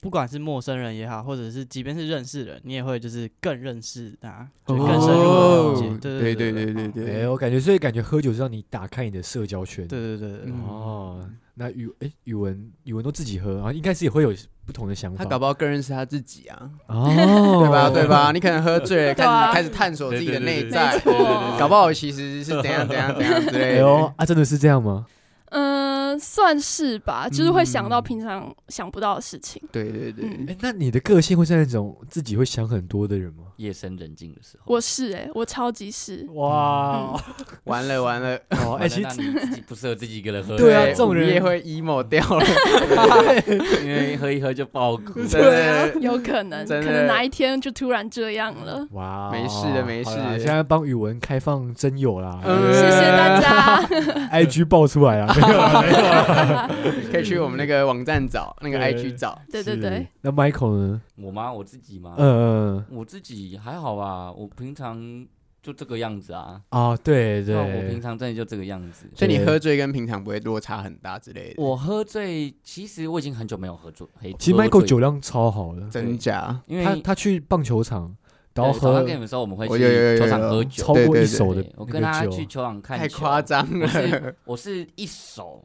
Speaker 4: 不管是陌生人也好，或者是即便是认识人，你也会就是更认识他，就更深入的了解
Speaker 3: 哦。
Speaker 4: 对
Speaker 3: 对对
Speaker 4: 对对
Speaker 3: 对对
Speaker 1: 哎，
Speaker 3: 对，
Speaker 1: 我感觉，所以感觉喝酒是让你打开你的社交圈。
Speaker 4: 对对对对
Speaker 3: 嗯
Speaker 1: 哦，那语哎语文语文都自己喝啊，应该是也会有不同的想法。
Speaker 3: 他搞不好更认识他自己啊，
Speaker 1: 哦，
Speaker 3: 对吧？对？吧？你可能喝醉了，开
Speaker 5: 对啊
Speaker 3: 始开始探索自己的内在
Speaker 5: 没，错，
Speaker 3: 搞不好其实是怎样怎样怎样之
Speaker 1: 哎
Speaker 3: 类
Speaker 1: 呦
Speaker 3: 的。
Speaker 1: 啊，真的是这样吗？
Speaker 5: 嗯、嗯，算是吧，就是会想到平常想不到的事情。
Speaker 3: 对对对，
Speaker 5: 嗯
Speaker 1: 哎，那你的个性会是那种自己会想很多的人吗？
Speaker 2: 夜深人静的时候，
Speaker 5: 我是哎、我超 级是，
Speaker 1: 哇，
Speaker 3: 完了嗯 完了，
Speaker 1: 哦，哎，
Speaker 2: 哎，
Speaker 1: 其
Speaker 2: 那
Speaker 1: 实
Speaker 2: 你自己不适合自己一个人喝，
Speaker 1: 对啊这种
Speaker 3: 我们
Speaker 1: 人
Speaker 3: 也会 emo 掉了，
Speaker 2: 因为喝一喝就爆 哭。
Speaker 3: 真的。
Speaker 5: 有可能，
Speaker 3: 真
Speaker 5: 可
Speaker 3: 的
Speaker 5: 能哪一天就突然这样了。
Speaker 1: 哇，哦
Speaker 3: 没事的没事
Speaker 1: 好啦现在帮宇文开放真友啦
Speaker 3: 嗯
Speaker 5: 谢谢大家，
Speaker 1: ，IG 爆出 来啊，没有啦没有啦
Speaker 3: 可以去我们那个网站找，那个
Speaker 1: 对
Speaker 3: IG 找。
Speaker 5: 对对
Speaker 1: 是
Speaker 5: 对，。
Speaker 1: 那 Michael 呢？
Speaker 2: 我吗？我自己
Speaker 3: 啊
Speaker 2: 吗？
Speaker 1: 嗯
Speaker 2: 我自己还好吧，我平常就这个样子啊。
Speaker 1: 啊，对
Speaker 2: 对，我平
Speaker 1: 对，
Speaker 2: 常真的就这个样子。
Speaker 3: 所以你
Speaker 1: 对
Speaker 3: 喝醉跟平常不会落差很大之类的。
Speaker 2: 我喝醉，其实我已经很久没有喝醉。嘿
Speaker 1: 其实
Speaker 2: 喝醉
Speaker 1: Michael 酒量超好的，
Speaker 3: 真假？
Speaker 2: 因为
Speaker 1: 他他去棒球场，然
Speaker 2: 对
Speaker 1: 后
Speaker 2: 早上
Speaker 1: 喝
Speaker 2: 跟你们说我们会
Speaker 3: 哦我有有有
Speaker 2: 去
Speaker 3: 有
Speaker 2: 球场
Speaker 3: 有
Speaker 2: 喝
Speaker 1: 超
Speaker 2: 酒，
Speaker 3: 对
Speaker 1: 过
Speaker 3: 对
Speaker 1: 一
Speaker 3: 对
Speaker 1: 手的
Speaker 2: 对
Speaker 1: 那
Speaker 2: 我
Speaker 1: 个
Speaker 2: 跟他
Speaker 1: 酒
Speaker 2: 去球场看
Speaker 3: 太
Speaker 2: 球
Speaker 3: 夸张
Speaker 2: 我
Speaker 3: 了。
Speaker 2: 是我是一手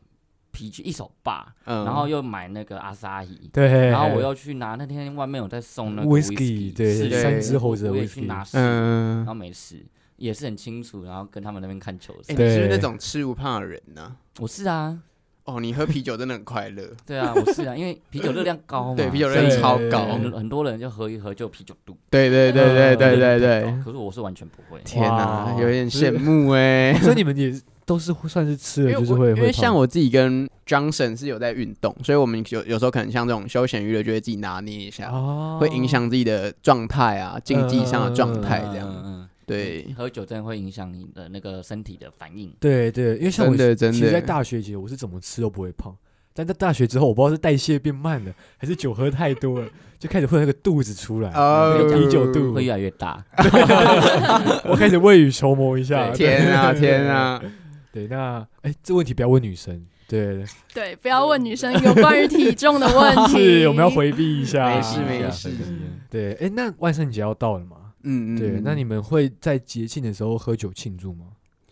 Speaker 2: 啤酒，一手吧，
Speaker 3: 嗯
Speaker 2: 然后又买那个阿萨伊，
Speaker 1: 对，
Speaker 2: 然后我又去拿那天外面有在送那个
Speaker 1: Whisky，对
Speaker 2: 是
Speaker 3: 对
Speaker 2: 是
Speaker 3: 三
Speaker 1: 只猴子的
Speaker 2: 我也
Speaker 1: whisky
Speaker 2: 去拿试，
Speaker 3: 嗯
Speaker 2: 然，后没事，也是很清楚，然后跟他们那边看球
Speaker 3: 哎
Speaker 2: 赛。
Speaker 3: 你是不
Speaker 1: 对
Speaker 3: 是那种吃不胖的人呢？
Speaker 2: 我是啊，
Speaker 3: 哦，你喝啤酒真的很快乐。
Speaker 2: 对啊，我是啊，因为啤酒热量 高嘛，
Speaker 3: 对啤酒热
Speaker 1: 量
Speaker 2: 所以
Speaker 1: 超高
Speaker 2: 很很多人就喝一喝就有啤酒肚，
Speaker 3: 对对对对 对对对，
Speaker 2: 可是我是完全不会。
Speaker 3: 天哪，
Speaker 1: 哇
Speaker 3: 有点羡慕哎。
Speaker 1: 所以你们也都是会算是吃了就是
Speaker 3: 我
Speaker 1: 会，
Speaker 3: 因为像
Speaker 1: 我
Speaker 3: 我自己跟 Johnson 是有在运动，所以我们有有时候可能像这种休闲娱乐就会自己拿捏一
Speaker 1: 哦
Speaker 3: 下，
Speaker 2: 哦
Speaker 3: 会影响自己的状态啊，
Speaker 1: 嗯
Speaker 3: 竞技上的状态这
Speaker 2: 嗯
Speaker 3: 样。
Speaker 2: 嗯嗯
Speaker 3: 对，
Speaker 2: 喝酒真的会影响你的那个身体的反应。
Speaker 1: 对对，因为像我
Speaker 3: 真的真的
Speaker 1: 其实在大学以前我是怎么吃都不会胖，但在大学之后我不知道是代谢变慢了，还是酒喝太 多了，就开始会有那个肚子出来，
Speaker 3: 哦
Speaker 1: 那个啤酒肚
Speaker 2: 会，越来越大，
Speaker 1: 啊我开始未雨绸缪一下。
Speaker 3: 天 啊天啊！
Speaker 1: 对，那哎，这问题不要问女生，对，
Speaker 5: 对，不要问女生有关于体重的问题。
Speaker 1: 是我们要回避一下。
Speaker 3: 没事
Speaker 2: 啊
Speaker 3: 没事
Speaker 1: 对，哎，那万圣节要到了嘛？
Speaker 3: 嗯，嗯
Speaker 1: 对，那
Speaker 3: 嗯
Speaker 1: 你们会在节庆的时候喝酒庆祝吗？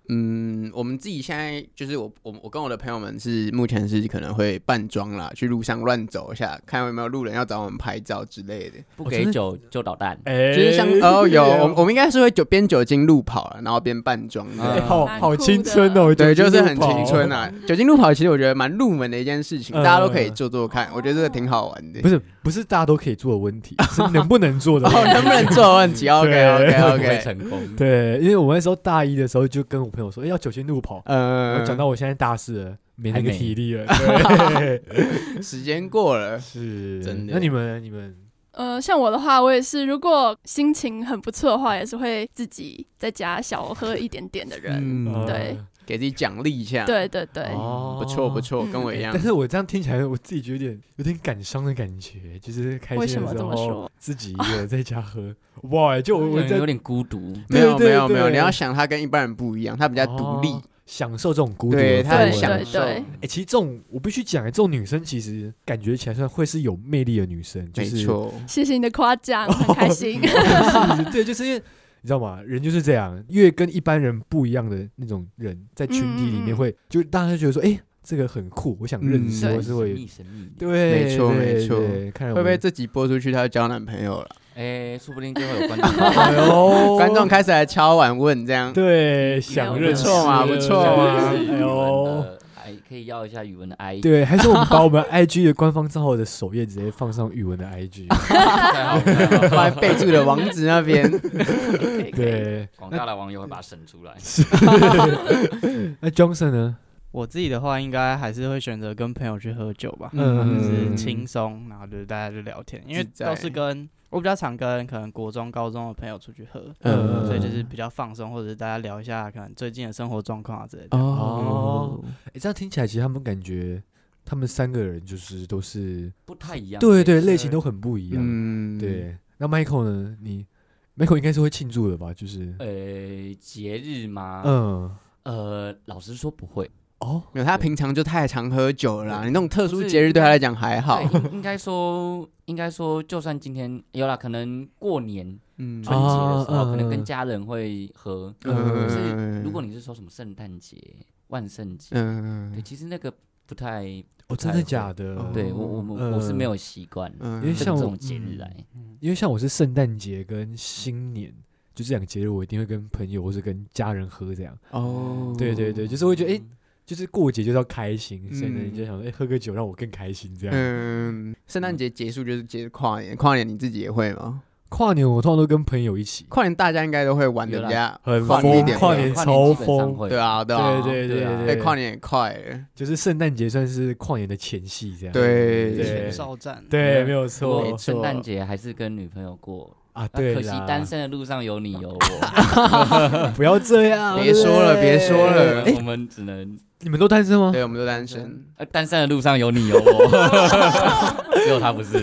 Speaker 3: 嗯，我们自己现在就是我我我跟我的朋友们是目前是可能会扮装啦，去路上乱走一下，看有没有路人要找我们拍照之类的。
Speaker 2: 不
Speaker 1: 哦
Speaker 2: 给
Speaker 1: 真的
Speaker 2: 酒就捣蛋。
Speaker 1: 哎
Speaker 3: 就是像 哦有，我们我们应该是会酒边酒精路跑了，然后边扮装这
Speaker 1: 哎
Speaker 3: 样。
Speaker 2: 嗯
Speaker 1: 好
Speaker 5: 蛮
Speaker 1: 好
Speaker 5: 酷
Speaker 1: 青
Speaker 5: 的
Speaker 1: 春哦，
Speaker 3: 对，
Speaker 1: 酒精
Speaker 3: 就是
Speaker 1: 路
Speaker 3: 很
Speaker 1: 跑哦
Speaker 3: 青春啊！酒精路跑其实我觉得蛮入门的一件事情，
Speaker 1: 嗯
Speaker 3: 大家都可以做做看，我觉得这个挺好玩的。
Speaker 1: 不是不是大家都可以做的问题，是能不能做的
Speaker 3: 哦，
Speaker 1: 问题。
Speaker 3: 能不能做 问题？OK
Speaker 1: 对
Speaker 3: OK
Speaker 2: 会不会
Speaker 3: OK，
Speaker 2: 成 功。
Speaker 1: 对，因为我那时候大一的时候就跟我朋友说，哎，要酒精路跑。然
Speaker 3: 呃
Speaker 1: 后，讲到我现在大四了，没那
Speaker 2: 还
Speaker 1: 个
Speaker 2: 没
Speaker 1: 体力 了。对
Speaker 3: 时间过了，
Speaker 1: 是
Speaker 3: 真的
Speaker 1: 那你们你们
Speaker 5: 呃，像我的话，我也是，如果心情很不错的话，也是会自己在家小喝一点点的人。
Speaker 3: 嗯，
Speaker 5: 对
Speaker 1: 呃
Speaker 3: 给自己奖励一下，
Speaker 5: 对对对，
Speaker 1: 哦
Speaker 3: 不错不错，
Speaker 5: 嗯
Speaker 3: 跟我一样
Speaker 1: 但。是我这样听起来，我自己觉得有点有点感伤的感觉，就是开
Speaker 5: 为
Speaker 1: 心
Speaker 5: 什
Speaker 1: 的
Speaker 5: 么
Speaker 1: 时
Speaker 5: 这么
Speaker 1: 候
Speaker 5: 说嗯
Speaker 1: 自己一个人在家喝，哇，就我我
Speaker 2: 有
Speaker 1: 在
Speaker 2: 有点孤独，
Speaker 3: 没有
Speaker 1: 对
Speaker 3: 没有
Speaker 1: 对
Speaker 3: 没有，你要
Speaker 1: 对
Speaker 3: 想他跟一般人不一样，他比较独立
Speaker 1: 哦，享受这种孤独的氛
Speaker 3: 对
Speaker 1: 围，
Speaker 3: 他很
Speaker 5: 对
Speaker 3: 享受。
Speaker 5: 对
Speaker 1: 哎、其实这种我必须讲、哎这种女生其实感觉起来算会是有魅力的女生，就
Speaker 3: 没
Speaker 1: 是
Speaker 3: 错，
Speaker 5: 谢谢你的夸奖，很 开心。
Speaker 1: 是对，就是因为你知道吗？人就是这样，越跟一般人不一样的那种人，在群体里
Speaker 5: 嗯嗯
Speaker 1: 面
Speaker 5: 嗯
Speaker 1: 会，就大家就觉得说，哎、这个很酷，我想认识，
Speaker 5: 嗯
Speaker 1: 我是
Speaker 2: 神
Speaker 1: 会
Speaker 2: 秘，神秘。
Speaker 1: 对，
Speaker 3: 没错
Speaker 1: 对
Speaker 3: 没错
Speaker 1: 对看来
Speaker 3: 会
Speaker 1: 我
Speaker 3: 不会
Speaker 1: 们
Speaker 3: 这集播出去他就交男朋友了？
Speaker 2: 哎，说不定就会有观众
Speaker 1: 哎呦，
Speaker 3: 观众开始来敲碗问这 样，
Speaker 1: 对 想
Speaker 5: 不
Speaker 1: 认识
Speaker 3: 错嘛
Speaker 1: 了
Speaker 3: 不错嘛
Speaker 2: 是
Speaker 1: 哎
Speaker 2: 语文
Speaker 1: 呦。
Speaker 2: 的，哎，可以要一下语文的 I，，
Speaker 1: 对，还是我们把我们 IG 的官方账号的首页直接放上宇文的 IG，
Speaker 2: 太好了太好了，
Speaker 3: 放在备注的网址那边。
Speaker 5: 可以可以
Speaker 1: 对，
Speaker 2: 广大的网友会把它省出来。
Speaker 1: 那 Johnson 呢？
Speaker 4: 我自己的话，应该还是会选择跟朋友去喝酒吧，
Speaker 1: 嗯
Speaker 4: 就是
Speaker 1: 嗯
Speaker 4: 轻松，然后就是大家就聊天，因为
Speaker 3: 自在
Speaker 4: 都是跟我比较常跟可能国中、高中的朋友出去喝，
Speaker 1: 嗯
Speaker 4: 所以就是比较放松，或者是大家聊一下可能最近的生活状况啊之类的。
Speaker 1: 哦，哎、这样听起来，其实他们感觉他们三个人就是都是，
Speaker 2: 不太一样，
Speaker 1: 对对，类型都很不一样。
Speaker 3: 嗯，
Speaker 1: 对，那 Michael 呢？你 Michael 应该是会庆祝的吧？就是，
Speaker 2: 呃节日吗？
Speaker 1: 嗯，
Speaker 2: 呃，老实说不会，
Speaker 1: 哦，
Speaker 3: 没有，他平常就太常喝酒了啦，你那种特殊
Speaker 2: 不是
Speaker 3: 节日对他来讲还好
Speaker 2: 对。应应该说应该说，就算今天有啦，可能过年
Speaker 3: 嗯
Speaker 2: 春节的时候，
Speaker 1: 啊
Speaker 2: 可能跟
Speaker 1: 嗯
Speaker 2: 家人会喝，
Speaker 1: 嗯
Speaker 2: 可是如果你是说什么圣诞节、万圣节，对，
Speaker 3: 嗯
Speaker 2: 其实那个不太，
Speaker 1: 哦，真的假的？
Speaker 2: 对我我
Speaker 1: 嗯
Speaker 2: 们我是没有习惯
Speaker 3: 嗯，
Speaker 1: 因为
Speaker 2: 这
Speaker 1: 像
Speaker 2: 种
Speaker 1: 我
Speaker 2: 这种节日来，
Speaker 1: 因为像我是圣诞节跟新年。就这两个节日，我一定会跟朋友或是跟家人喝这样。
Speaker 3: 哦，
Speaker 1: 对对对，就是会觉得，哎、就是过节就是要开心，所以呢，
Speaker 3: 嗯
Speaker 1: 你就想说，哎、喝个酒让我更开心这样。
Speaker 3: 嗯，圣诞节结束就是接着跨年，跨年你自己也会吗？
Speaker 1: 跨年我通常都跟朋友一起，
Speaker 3: 跨年大家应该都会玩的比较
Speaker 1: 很
Speaker 3: 放
Speaker 1: 疯
Speaker 3: 一点，
Speaker 1: 跨年超疯
Speaker 3: 嗯对，啊，对啊，
Speaker 1: 对对
Speaker 2: 对啊
Speaker 1: 对
Speaker 3: 对，跨年也快了，
Speaker 1: 就是圣诞节算是跨年的前戏这样。
Speaker 3: 对
Speaker 1: 对
Speaker 4: 前哨战，
Speaker 1: 对，
Speaker 2: 嗯
Speaker 1: 没有
Speaker 2: 不
Speaker 1: 错
Speaker 2: 过，圣诞节还是跟女朋友过，
Speaker 1: 啊，
Speaker 2: 啊
Speaker 1: 对
Speaker 2: 可惜
Speaker 1: 啦啊
Speaker 2: 单，身的路上有你 有我，
Speaker 1: 不要这样，
Speaker 3: 别说了
Speaker 1: 对
Speaker 3: 别说了
Speaker 1: 哎
Speaker 2: 我们只能
Speaker 1: 你们都单身吗？
Speaker 3: 对，我啊们都单身。
Speaker 2: 呃单身的路上有你有 我，只有他不是。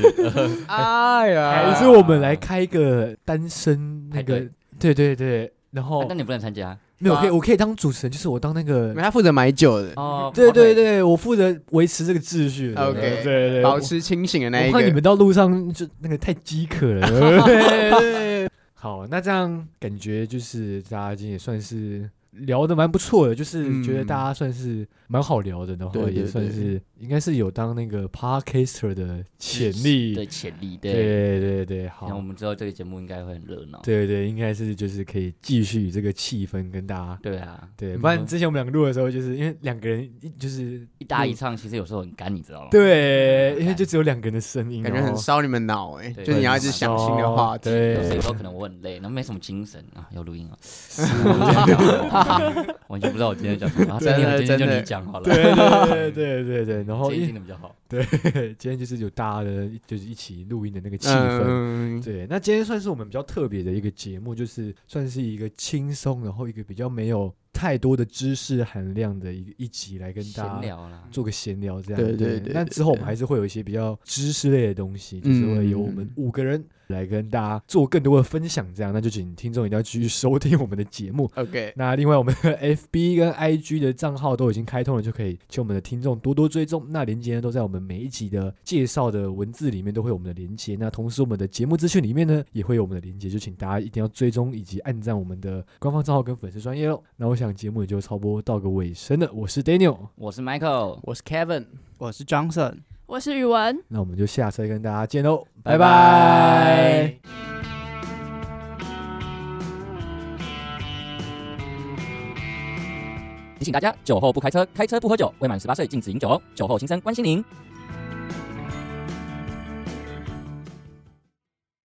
Speaker 3: 哎呀，
Speaker 1: 还是我们来开一个单身那
Speaker 2: 派
Speaker 1: 个？对对对，然后
Speaker 2: 啊那你不能参加
Speaker 1: 没有，我可以
Speaker 3: 啊
Speaker 1: 我可以当主持人，就是我当那个
Speaker 3: 没，他负责买酒的，
Speaker 2: 哦
Speaker 1: 对对，对，我负责维持这个秩序的。
Speaker 3: OK，
Speaker 1: 对对对，
Speaker 3: 保
Speaker 1: 我
Speaker 3: 持清醒的那一
Speaker 1: 我怕你
Speaker 3: 个。
Speaker 1: 们到路上就那个太饥渴了。对 对 好，那这样感觉就是大家今天也算是聊的蛮不错的，就是觉得
Speaker 3: 嗯
Speaker 1: 大家算是蛮好聊的，然后
Speaker 3: 对对
Speaker 1: 也算
Speaker 3: 对
Speaker 1: 是应该是有当那个 podcaster 的潜力。
Speaker 2: 对潜力对。
Speaker 1: 对对对，
Speaker 2: 然后我
Speaker 1: 好，
Speaker 2: 们之后这个节目应该会很热闹。
Speaker 1: 对对，应该是就是可以继续这个气氛跟大家。
Speaker 2: 对啊，
Speaker 1: 对，
Speaker 3: 嗯
Speaker 1: 不然之前我们两个录的时候，就是因为两个人一就是
Speaker 2: 一搭一
Speaker 1: 录
Speaker 2: 唱，其实有时候很干，你知道吗？
Speaker 1: 对，因为就只有两个人的声音，
Speaker 3: 哦哎感觉
Speaker 1: 然
Speaker 3: 很
Speaker 1: 后
Speaker 3: 烧你们脑哎，
Speaker 2: 对
Speaker 3: 就是你要一直想新的话题。
Speaker 1: 哦对
Speaker 2: 有时候可能我很累，然后没什么精神啊，要录音啊， 完全不知道我今天讲 什么。啊
Speaker 3: 真的
Speaker 2: 今天今天就
Speaker 3: 真的
Speaker 2: 你讲好了，
Speaker 1: 对对对对对 对，然后
Speaker 2: 今天
Speaker 1: 因
Speaker 2: 听的比较好。
Speaker 1: 为 今天就是有大家的，就是一起录音的那个气氛。
Speaker 3: 嗯，
Speaker 1: 对，那今天算是我们比较特别的一个节目，就是算是一个轻松，然后一个比较没有太多的知识含量的一一集来跟大
Speaker 2: 闲
Speaker 1: 家
Speaker 2: 聊啦，
Speaker 1: 做个闲聊这样。
Speaker 3: 对对对
Speaker 1: 那
Speaker 3: 对
Speaker 1: 之后我们
Speaker 3: 对嗯
Speaker 1: 还是会有一些比较知识类的东西，就是会由我们五个人来跟大家做更多的分享，这样。那就请听众一定要继续收听我们的节目。
Speaker 3: OK，
Speaker 1: 那另外，我们 的 FB 跟 IG 的账号都已经开通了，就可以请我们的听众多多追踪。那连接呢，都在我们每一集的介绍的文字里面都会有我们的连接。那同时，我们的节目资讯里面呢，也会有我们的连接，就请大家一定要追踪以及按赞我们的官方账号跟粉丝专业喽。那我想节目也就差不多到个尾声了，我是 Daniel，
Speaker 2: 我是 Michael，
Speaker 3: 我是 Kevin，
Speaker 4: 我是 Johnson。
Speaker 5: 我是宇文，
Speaker 1: 那我们就下次再跟大家见喽，拜
Speaker 2: 拜
Speaker 1: 拜
Speaker 2: 拜。提醒大家：酒后不开车，开车不喝酒。未满十八岁禁止饮酒哦。酒后心生关心您。